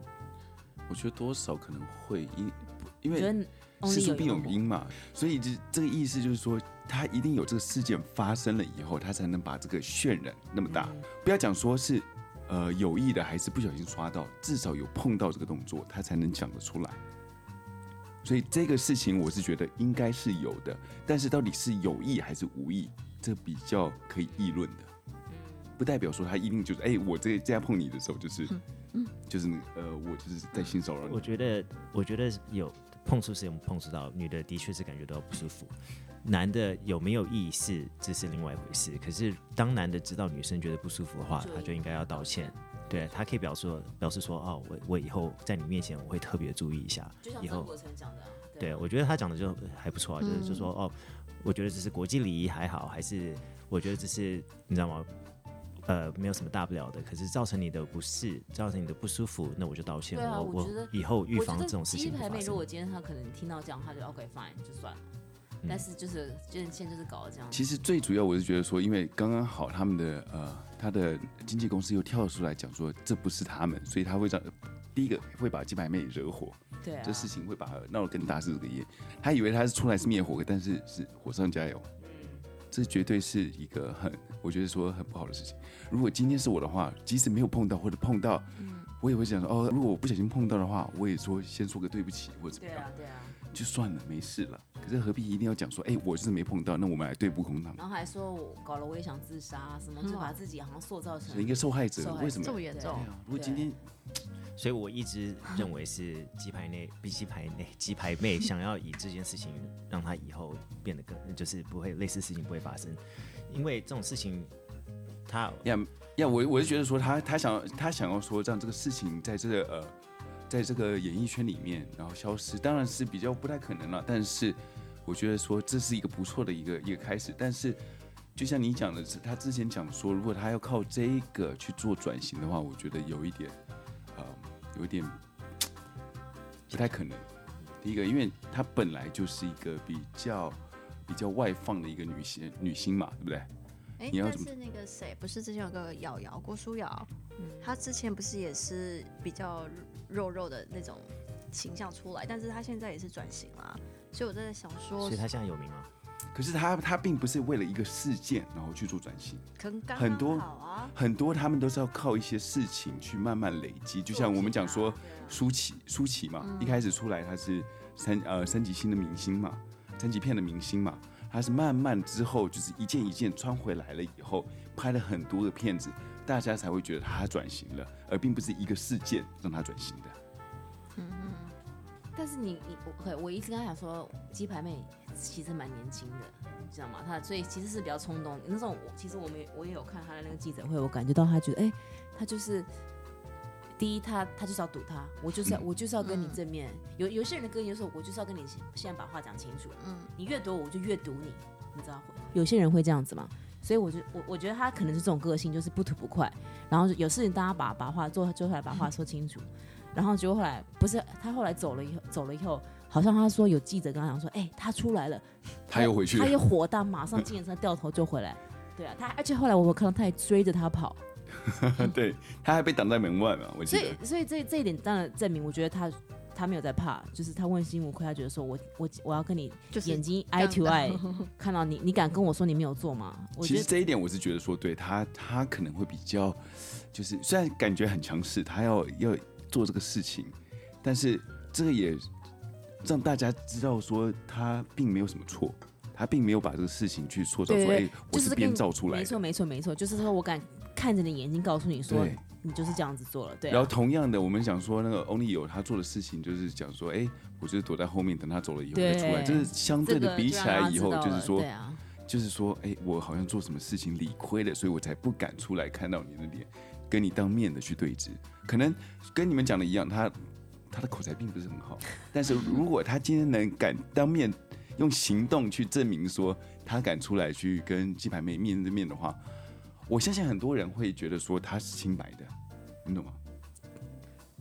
[SPEAKER 1] 我觉得多少可能会因因
[SPEAKER 4] 你觉
[SPEAKER 1] 为
[SPEAKER 4] 得
[SPEAKER 1] 事
[SPEAKER 4] only
[SPEAKER 1] 出
[SPEAKER 4] 有
[SPEAKER 1] 必
[SPEAKER 4] 有
[SPEAKER 1] 有
[SPEAKER 4] 没有
[SPEAKER 1] 因嘛，所以这这个意思就是说，他一定有这个事件发生了以后，他才能把这个渲染那么大。不要讲说是呃有意的还是不小心刷到，至少有碰到这个动作，他才能讲得出来。所以这个事情我是觉得应该是有的，但是到底是有意还是无意，这比较可以议论的。不代表说他一定就是哎、我这这样碰你的时候就是，就是那个呃，我就是在性骚扰你
[SPEAKER 3] 我。觉得，我觉得有碰触是有碰触到，女的的确是感觉到不舒服，男的有没有意识这是另外一回事。可是当男的知道女生觉得不舒服的话
[SPEAKER 4] 就，
[SPEAKER 3] 他就应该要道歉。对他可以表示表示说，哦，我我以后在你面前我会特别注意一下
[SPEAKER 4] 就，像
[SPEAKER 3] 以
[SPEAKER 4] 张
[SPEAKER 3] 后
[SPEAKER 4] 国成讲的啊、
[SPEAKER 3] 对，
[SPEAKER 4] 啊
[SPEAKER 3] 我觉得他讲的就还不错啊，就是
[SPEAKER 4] 嗯
[SPEAKER 3] 就说哦，我觉得只是国际礼仪还好，还是我觉得只是你知道吗？呃，没有什么大不了的，可是造成你的不适，造成你的不舒服，那我就道歉。
[SPEAKER 4] 对啊
[SPEAKER 3] 我
[SPEAKER 4] 我觉得
[SPEAKER 3] 以后预
[SPEAKER 4] 我觉
[SPEAKER 3] 防
[SPEAKER 4] 得
[SPEAKER 3] 这种事
[SPEAKER 4] 鸡
[SPEAKER 3] 情不
[SPEAKER 4] 排
[SPEAKER 3] 发
[SPEAKER 4] 妹，如
[SPEAKER 3] 生
[SPEAKER 4] 果。今天她可能听到这样，她就 OK fine 就算了。
[SPEAKER 3] 嗯
[SPEAKER 4] 但是就是就是现在就是搞得这样，
[SPEAKER 1] 其实最主要我是觉得说，因为刚刚好他们的呃，他的经纪公司又跳出来讲说这不是他们，所以他会让第一个会把金牌妹惹火，
[SPEAKER 4] 对啊，
[SPEAKER 1] 这事情会把她闹得更大是这个烟。他以为他是出来是灭火，但是是火上加油。
[SPEAKER 4] 嗯
[SPEAKER 1] 这绝对是一个很，我觉得说很不好的事情。如果今天是我的话，即使没有碰到或者碰到，
[SPEAKER 4] 嗯
[SPEAKER 1] 我也会想说哦，如果我不小心碰到的话，我也说先说个对不起或者怎么
[SPEAKER 4] 对
[SPEAKER 1] 样，
[SPEAKER 4] 啊对啊，
[SPEAKER 1] 就算了，没事了。可是何必一定要讲说，哎，我就是没碰到，那我们来对簿公堂。
[SPEAKER 4] 然后还说我搞了我也想自杀、啊、什么，就把自己好像塑造成
[SPEAKER 1] 一个受害者
[SPEAKER 4] 啊受害，者
[SPEAKER 1] 为什
[SPEAKER 2] 这么
[SPEAKER 1] 么？
[SPEAKER 2] 严
[SPEAKER 4] 对
[SPEAKER 2] 重
[SPEAKER 1] 对？啊，如果今天
[SPEAKER 3] 所以我一直认为是鸡排内，不是鸡排内，鸡排妹想要以这件事情让她以后变得更，就是不会类似事情不会发生，因为这种事情，她
[SPEAKER 1] 呀呀，我我是觉得说他他想他想要说让这个事情在这个呃，在这个演艺圈里面然后消失，当然是比较不太可能了。但是我觉得说这是一个不错的一个一个开始。但是就像你讲的，是他之前讲说，如果他要靠这个去做转型的话，我觉得有一点呃，有一点不太可能。第一个，因为她本来就是一个比较比较外放的一个女星女星嘛，对不对？
[SPEAKER 2] 哎，
[SPEAKER 1] 你要
[SPEAKER 2] 但
[SPEAKER 1] 怎么
[SPEAKER 2] 是那个谁，不是之前有个瑶瑶郭书瑶，
[SPEAKER 4] 嗯
[SPEAKER 2] 她之前不是也是比较肉肉的那种形象出来，但是她现在也是转型啦，所以我在想说
[SPEAKER 3] 所以，她现在有名吗？
[SPEAKER 1] 可是他他并不是为了一个事件然后去做转型，
[SPEAKER 2] 可能刚
[SPEAKER 1] 很多
[SPEAKER 2] 刚好啊，
[SPEAKER 1] 很多他们都是要靠一些事情去慢慢累积。就像我们讲说
[SPEAKER 4] 作品啊对啊嗯
[SPEAKER 1] 舒淇，舒淇嘛，一开始出来她是三呃三级星的明星嘛，三级片的明星嘛，她是慢慢之后就是一件一件穿回来了以后，拍了很多的片子，大家才会觉得她转型了，而并不是一个事件让她转型的。
[SPEAKER 4] 但是你你我我我一直跟他讲说，鸡排妹其实蛮年轻的，你知道吗？她所以其实是比较冲动。那种我其实我们也我也有看她的那个记者会，我感觉到她觉得，哎、她就是第一，她她就是要赌她，我就是要、我就是要跟你正面。有有些人的歌就说，我就是要跟你现在把话讲清楚，嗯，你越躲我我就越堵你，你知道会有些人会这样子嘛？所以我就我我觉得她可能是这种个性，就是不吐不快，然后有事情大家把把话做做出来，把话说清楚。然后结果后来不是他后来走了以后，走了以后，好像他说有记者跟他讲说，哎、他出来了，
[SPEAKER 1] 她又回去
[SPEAKER 4] 他
[SPEAKER 1] 了，
[SPEAKER 4] 又火大，马上进车掉头就回来。对啊，他而且后来我有看到他还追着他跑，
[SPEAKER 1] 对，她还被挡在门外嘛，我记
[SPEAKER 4] 所
[SPEAKER 1] 得。
[SPEAKER 4] 以所以这这一点当然证明，我觉得他他没有在怕，就是他问心无愧，他觉得说我我我要跟你
[SPEAKER 2] 就是
[SPEAKER 4] 眼睛
[SPEAKER 2] 这
[SPEAKER 4] eye
[SPEAKER 2] 样
[SPEAKER 4] to
[SPEAKER 2] 的
[SPEAKER 4] eye 看到你，你敢跟我说你没有做吗？我
[SPEAKER 1] 其
[SPEAKER 4] 觉
[SPEAKER 1] 实
[SPEAKER 4] 得
[SPEAKER 1] 这一点我是觉得说，对他，他可能会比较，就是虽然感觉很强势，他要要做这个事情，但是这个也让大家知道说他并没有什么错，他并没有把这个事情去塑造
[SPEAKER 4] 对
[SPEAKER 1] 说，
[SPEAKER 4] 对
[SPEAKER 1] 哎、
[SPEAKER 4] 对
[SPEAKER 1] 我
[SPEAKER 4] 就是是
[SPEAKER 1] 编
[SPEAKER 4] 跟
[SPEAKER 1] 造出来
[SPEAKER 4] 没
[SPEAKER 1] 的。
[SPEAKER 4] 错没错没错，就是说我敢看着你眼睛告诉你说
[SPEAKER 1] 对
[SPEAKER 4] 你就是这样子做了，对、啊。
[SPEAKER 1] 然后同样的，我们想说那个 Only 有他做的事情，就是讲说，哎、我就是躲在后面，等他走了以后再出来，
[SPEAKER 4] 对
[SPEAKER 1] 就是相对
[SPEAKER 4] 这
[SPEAKER 1] 的
[SPEAKER 4] 个
[SPEAKER 1] 比起
[SPEAKER 4] 就让
[SPEAKER 1] 来
[SPEAKER 4] 他
[SPEAKER 1] 以
[SPEAKER 4] 知
[SPEAKER 1] 后，
[SPEAKER 4] 道
[SPEAKER 1] 就是
[SPEAKER 4] 了
[SPEAKER 1] 说
[SPEAKER 4] 对，啊，
[SPEAKER 1] 就是说，哎、我好像做什么事情理亏了，所以我才不敢出来看到你的脸，跟你当面的去对峙。可能跟你们讲的一样，他他的口才并不是很好，但是如果他今天能敢当面用行动去证明说他敢出来去跟鸡排妹面对面的话，我相信很多人会觉得说他是清白的，你懂吗？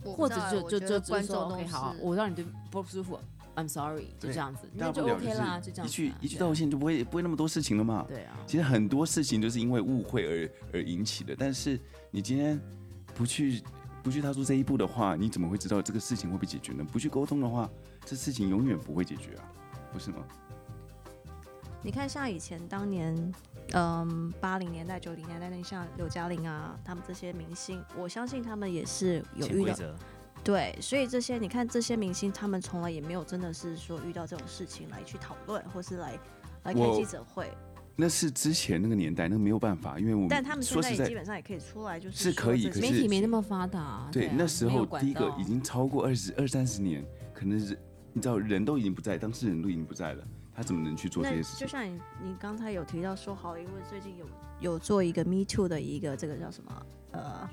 [SPEAKER 2] 我不
[SPEAKER 4] 或
[SPEAKER 2] 知
[SPEAKER 4] 者
[SPEAKER 2] 道欸
[SPEAKER 4] 就
[SPEAKER 2] 我
[SPEAKER 4] 就
[SPEAKER 2] 觉
[SPEAKER 4] 就
[SPEAKER 2] 得
[SPEAKER 4] 就
[SPEAKER 2] 观
[SPEAKER 4] 说
[SPEAKER 2] 众都
[SPEAKER 4] OK 好，
[SPEAKER 2] 是
[SPEAKER 4] 我让你对不舒服，I'm sorry，就
[SPEAKER 1] 对
[SPEAKER 4] 这样子，
[SPEAKER 1] 大
[SPEAKER 4] 那
[SPEAKER 1] 不
[SPEAKER 4] 就
[SPEAKER 1] 了
[SPEAKER 4] OK 啦，就这
[SPEAKER 1] 是
[SPEAKER 4] 样
[SPEAKER 1] 一
[SPEAKER 4] 子
[SPEAKER 1] 句
[SPEAKER 4] 啊，
[SPEAKER 1] 一句
[SPEAKER 4] 对
[SPEAKER 1] 道歉就不会不会那么多事情了嘛。
[SPEAKER 4] 对啊，
[SPEAKER 1] 其实很多事情就是因为误会而而引起的，但是你今天不去不去踏出这一步的话，你怎么会知道这个事情会被解决呢？不去沟通的话，这事情永远不会解决啊，不是吗？
[SPEAKER 2] 你看，像以前当年，嗯，八零年代、九零年代，那像刘嘉玲啊，他们这些明星，我相信他们也是有
[SPEAKER 3] 潜
[SPEAKER 2] 遇
[SPEAKER 3] 规
[SPEAKER 2] 到
[SPEAKER 3] 则，
[SPEAKER 2] 对，所以这些你看，这些明星他们从来也没有真的是说遇到这种事情来去讨论，或是来来开
[SPEAKER 1] 我
[SPEAKER 2] 记者会，
[SPEAKER 1] 那是之前那个年代，那个没有办法，因为我们
[SPEAKER 2] 但他们现
[SPEAKER 1] 说
[SPEAKER 2] 在
[SPEAKER 1] 实
[SPEAKER 2] 也
[SPEAKER 1] 在
[SPEAKER 2] 基，本上也可以出来，就是
[SPEAKER 1] 是
[SPEAKER 2] 说
[SPEAKER 1] 可以
[SPEAKER 2] 这
[SPEAKER 1] 可
[SPEAKER 2] 些
[SPEAKER 1] 是
[SPEAKER 4] 媒
[SPEAKER 2] 事
[SPEAKER 4] 体没那
[SPEAKER 2] 情
[SPEAKER 4] 么发达，
[SPEAKER 1] 对，
[SPEAKER 4] 啊
[SPEAKER 1] 那时
[SPEAKER 4] 没有
[SPEAKER 1] 候
[SPEAKER 4] 管
[SPEAKER 1] 第一个
[SPEAKER 4] 道啊
[SPEAKER 1] 已经超过二十二三十年，可能是你知道人都已经不在，当事人都已经不在了，他怎么能去做这
[SPEAKER 2] 那
[SPEAKER 1] 些事
[SPEAKER 2] 就
[SPEAKER 1] 情？
[SPEAKER 2] 像你你刚才有提到说，好莱坞最近有有做一个 Me Too 的一个这个叫什么？呃，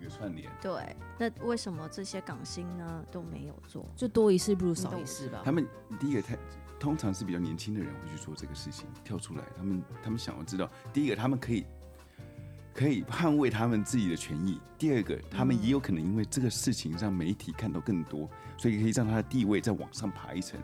[SPEAKER 1] 一个串联，
[SPEAKER 2] 对，那为什么这些港星呢都没有做？
[SPEAKER 4] 就多一事不如
[SPEAKER 2] 你
[SPEAKER 4] 少
[SPEAKER 2] 懂
[SPEAKER 4] 一事吧
[SPEAKER 1] 他。们第一个他通常是比较年轻的人会去做这个事情，跳出来，他们他们想要知道，第一个他们可以可以捍卫他们自己的权益，第二个他们也有可能因为这个事情让媒体看到更多，所以可以让他的地位再往上爬一层。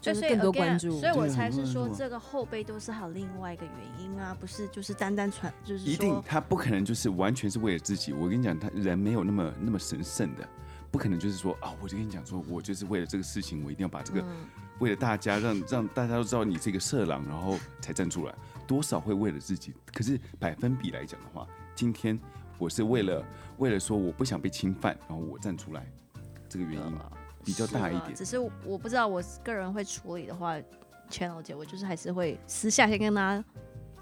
[SPEAKER 4] 就
[SPEAKER 2] 就是所以
[SPEAKER 4] 更多
[SPEAKER 2] again，
[SPEAKER 4] 关注
[SPEAKER 2] 所以我
[SPEAKER 1] 对
[SPEAKER 2] 才
[SPEAKER 1] 很多
[SPEAKER 2] 是
[SPEAKER 1] 人
[SPEAKER 2] 说
[SPEAKER 1] 说
[SPEAKER 2] 这个后辈都是还有另外一个原因啊，不是就是单单传，就是
[SPEAKER 1] 一定
[SPEAKER 2] 说，
[SPEAKER 1] 他不可能就是完全是为了自己。我跟你讲，他人没有那么那么神圣的，不可能就是说啊，我就跟你讲说，我就是为了这个事情，我一定要把这个、
[SPEAKER 2] 嗯，
[SPEAKER 1] 为了大家，让让大家都知道你这个色狼，然后才站出来。多少会为了自己，可是百分比来讲的话，今天我是为了为了说我不想被侵犯，然后我站出来，这个原因
[SPEAKER 2] 呃
[SPEAKER 1] 比较大一
[SPEAKER 2] 是啊
[SPEAKER 1] 点。
[SPEAKER 2] 只是我不知道我个人会处理的话，Channel 姐，我就是还是会私下先跟他，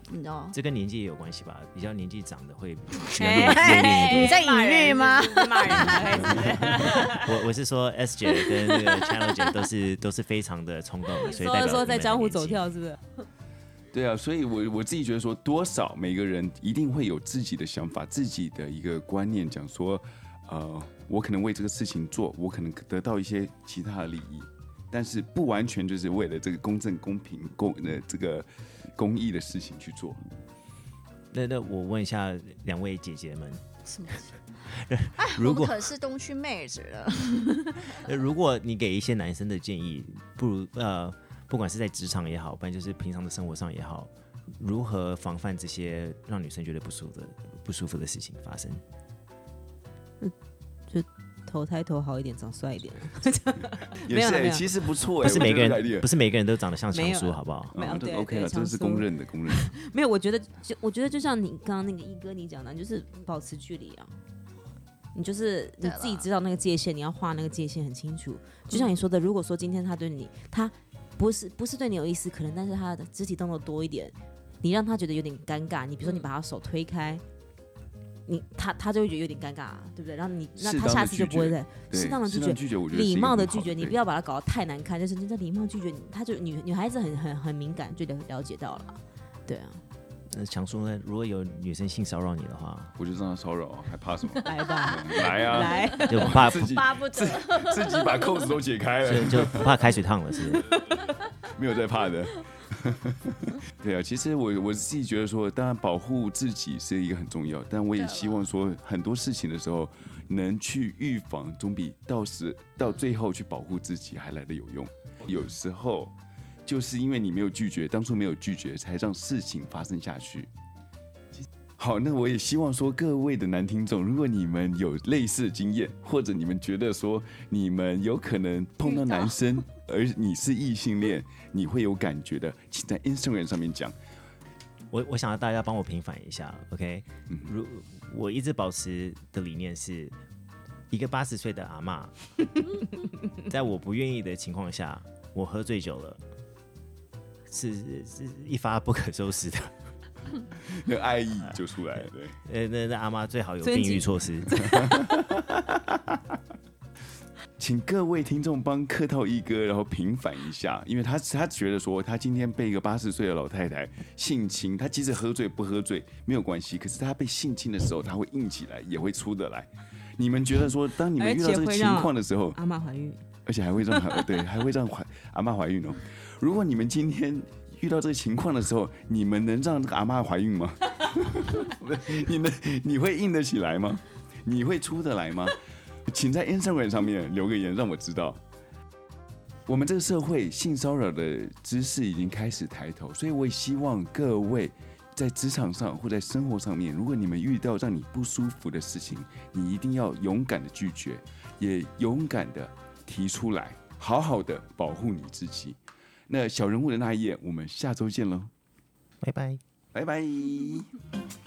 [SPEAKER 2] 你知道。
[SPEAKER 3] 这跟年纪也有关系吧？比较年纪长的 会比较内内敛一
[SPEAKER 4] 哎
[SPEAKER 3] 点。
[SPEAKER 2] 你在
[SPEAKER 4] 骂
[SPEAKER 2] 隐
[SPEAKER 4] 人
[SPEAKER 2] 喻
[SPEAKER 4] 是
[SPEAKER 2] 吗
[SPEAKER 4] 不 是 骂人开始。
[SPEAKER 3] 我我是说，S 姐跟那个 Channel 姐都是都是非常的冲动的，所以代
[SPEAKER 4] 说
[SPEAKER 3] 表
[SPEAKER 4] 说
[SPEAKER 3] 你们
[SPEAKER 4] 在
[SPEAKER 3] 的
[SPEAKER 4] 江湖
[SPEAKER 3] 年纪
[SPEAKER 4] 走。跳是不是？
[SPEAKER 1] 对啊，所以我我自己觉得说，多少每个人一定会有自己的想法、自己的一个观念，讲说，呃，我可能为这个事情做，我可能得到一些其他的利益，但是不完全就是为了这个公正、公平、公呃这个公益的事情去做。
[SPEAKER 3] 那那我问一下两位姐姐们，
[SPEAKER 2] 什么？
[SPEAKER 3] 如
[SPEAKER 2] 我们
[SPEAKER 3] 果
[SPEAKER 4] 哎
[SPEAKER 2] 可是东区妹子了，
[SPEAKER 3] 那如果你给一些男生的建议，不如呃，不管是在职场也好，不然就是平常的生活上也好，如何防范这些让女生觉得不舒服的不舒服的事情发生？
[SPEAKER 5] 投胎投好一点，长帅一点。
[SPEAKER 1] 也是、
[SPEAKER 4] 没有
[SPEAKER 1] 欸，
[SPEAKER 4] 没有
[SPEAKER 1] 其实不错、欸，
[SPEAKER 3] 不是每
[SPEAKER 1] 我
[SPEAKER 3] 个
[SPEAKER 1] 觉得这
[SPEAKER 3] 人
[SPEAKER 1] idea
[SPEAKER 3] 不是每个人都长得像
[SPEAKER 5] 没
[SPEAKER 3] 强
[SPEAKER 5] 有
[SPEAKER 3] 叔，
[SPEAKER 5] 啊
[SPEAKER 3] 好不好？
[SPEAKER 5] 没有
[SPEAKER 1] 啊这
[SPEAKER 5] 对
[SPEAKER 1] 个 OK 了，
[SPEAKER 5] 对
[SPEAKER 1] 这个是
[SPEAKER 5] 强
[SPEAKER 1] 公
[SPEAKER 5] 叔
[SPEAKER 1] 认的，公认的。
[SPEAKER 5] 没有，我觉得就我觉得就像你刚刚那个一哥你讲的，就是保持距离啊。你就是你
[SPEAKER 2] 对啦
[SPEAKER 5] 自己知道那个界限，你要画那个界限很清楚。就
[SPEAKER 1] 嗯
[SPEAKER 5] 像你说的，如果说今天他对你，他不是不是对你有意思，可能但是他的肢体动作多一点，你让他觉得有点尴尬。你比如说
[SPEAKER 1] 嗯
[SPEAKER 5] 你把他手推开，你他他就会觉得有点尴尬啊，对不对？然后你那
[SPEAKER 1] 适
[SPEAKER 5] 他
[SPEAKER 1] 当地
[SPEAKER 5] 下次就不会再
[SPEAKER 1] 对
[SPEAKER 5] 适当的拒绝，
[SPEAKER 1] 拒绝我觉得是
[SPEAKER 5] 礼
[SPEAKER 1] 一个
[SPEAKER 5] 貌的
[SPEAKER 1] 很好
[SPEAKER 5] 拒绝，你
[SPEAKER 1] 对
[SPEAKER 5] 不要把它搞得太难看，就是真的礼貌拒绝你，他就女女孩子很很很敏感，就了了解到了，对啊，
[SPEAKER 3] 那强叔呢？如果有女生性骚扰你的话，
[SPEAKER 1] 我就让他骚扰，还怕什么？
[SPEAKER 5] 来吧，
[SPEAKER 1] 来啊，
[SPEAKER 5] 来，
[SPEAKER 3] 就不 怕
[SPEAKER 1] 自
[SPEAKER 3] 不
[SPEAKER 1] 己
[SPEAKER 2] 巴不得
[SPEAKER 1] 自己把扣子都解开了
[SPEAKER 3] 就。就不怕开水烫了，是 不是？
[SPEAKER 1] 没有在 怕的。对啊，其实我我自己觉得说，当然保护自己是一个很重要，但我也希望说，很多事情的时候能去预防，总比到时到最后去保护自己还来的有用。有时候就是因为你没有拒绝，当初没有拒绝，才让事情发生下去。好，那我也希望说，各位的男听众，如果你们有类似的经验，或者你们觉得说你们有可能碰到
[SPEAKER 2] 遇到
[SPEAKER 1] 男生，而你是异性恋，你会有感觉的，请在 Instagram 上面讲。
[SPEAKER 3] 我我想要大家帮我平反一下，OK？如
[SPEAKER 1] 嗯
[SPEAKER 3] 我一直保持的理念是，一个八十岁的 阿嬷，在我不愿意的情况下，我喝醉酒了，是是是一发不可收拾的。
[SPEAKER 1] 那爱意就出 来了。 对，
[SPEAKER 3] 呃，那那阿妈最好有
[SPEAKER 5] 尊
[SPEAKER 3] 病
[SPEAKER 5] 敬
[SPEAKER 3] 愈措施。
[SPEAKER 1] 请各位听众帮客套一哥，然后平反一下，因为他他觉得说他今天被一个八十岁的老太太性侵，他即使喝醉不喝醉没有关系，可是他被性侵的时候，他会硬起来，也会出得来。你们觉得说，当你们遇到
[SPEAKER 5] 而且
[SPEAKER 1] 这个
[SPEAKER 5] 会
[SPEAKER 1] 情
[SPEAKER 5] 让
[SPEAKER 1] 况的时候，
[SPEAKER 5] 阿妈怀孕，
[SPEAKER 1] 而且还会让孩 对，还会让怀阿妈怀孕哦。如果你们今天遇到这个情况的时候，你们能让这个阿妈怀孕吗？ 你能你会硬得起来吗？你会出得来吗？请在 Instagram 上面留个言，让我知道。我们这个社会性骚扰的知识已经开始抬头，所以我也希望各位在职场上或在生活上面，如果你们遇到让你不舒服的事情，你一定要勇敢的拒绝，也勇敢的提出来，好好的保护你自己。那小人物的那一页，我们下周见喽，
[SPEAKER 3] 拜拜。
[SPEAKER 1] 拜拜。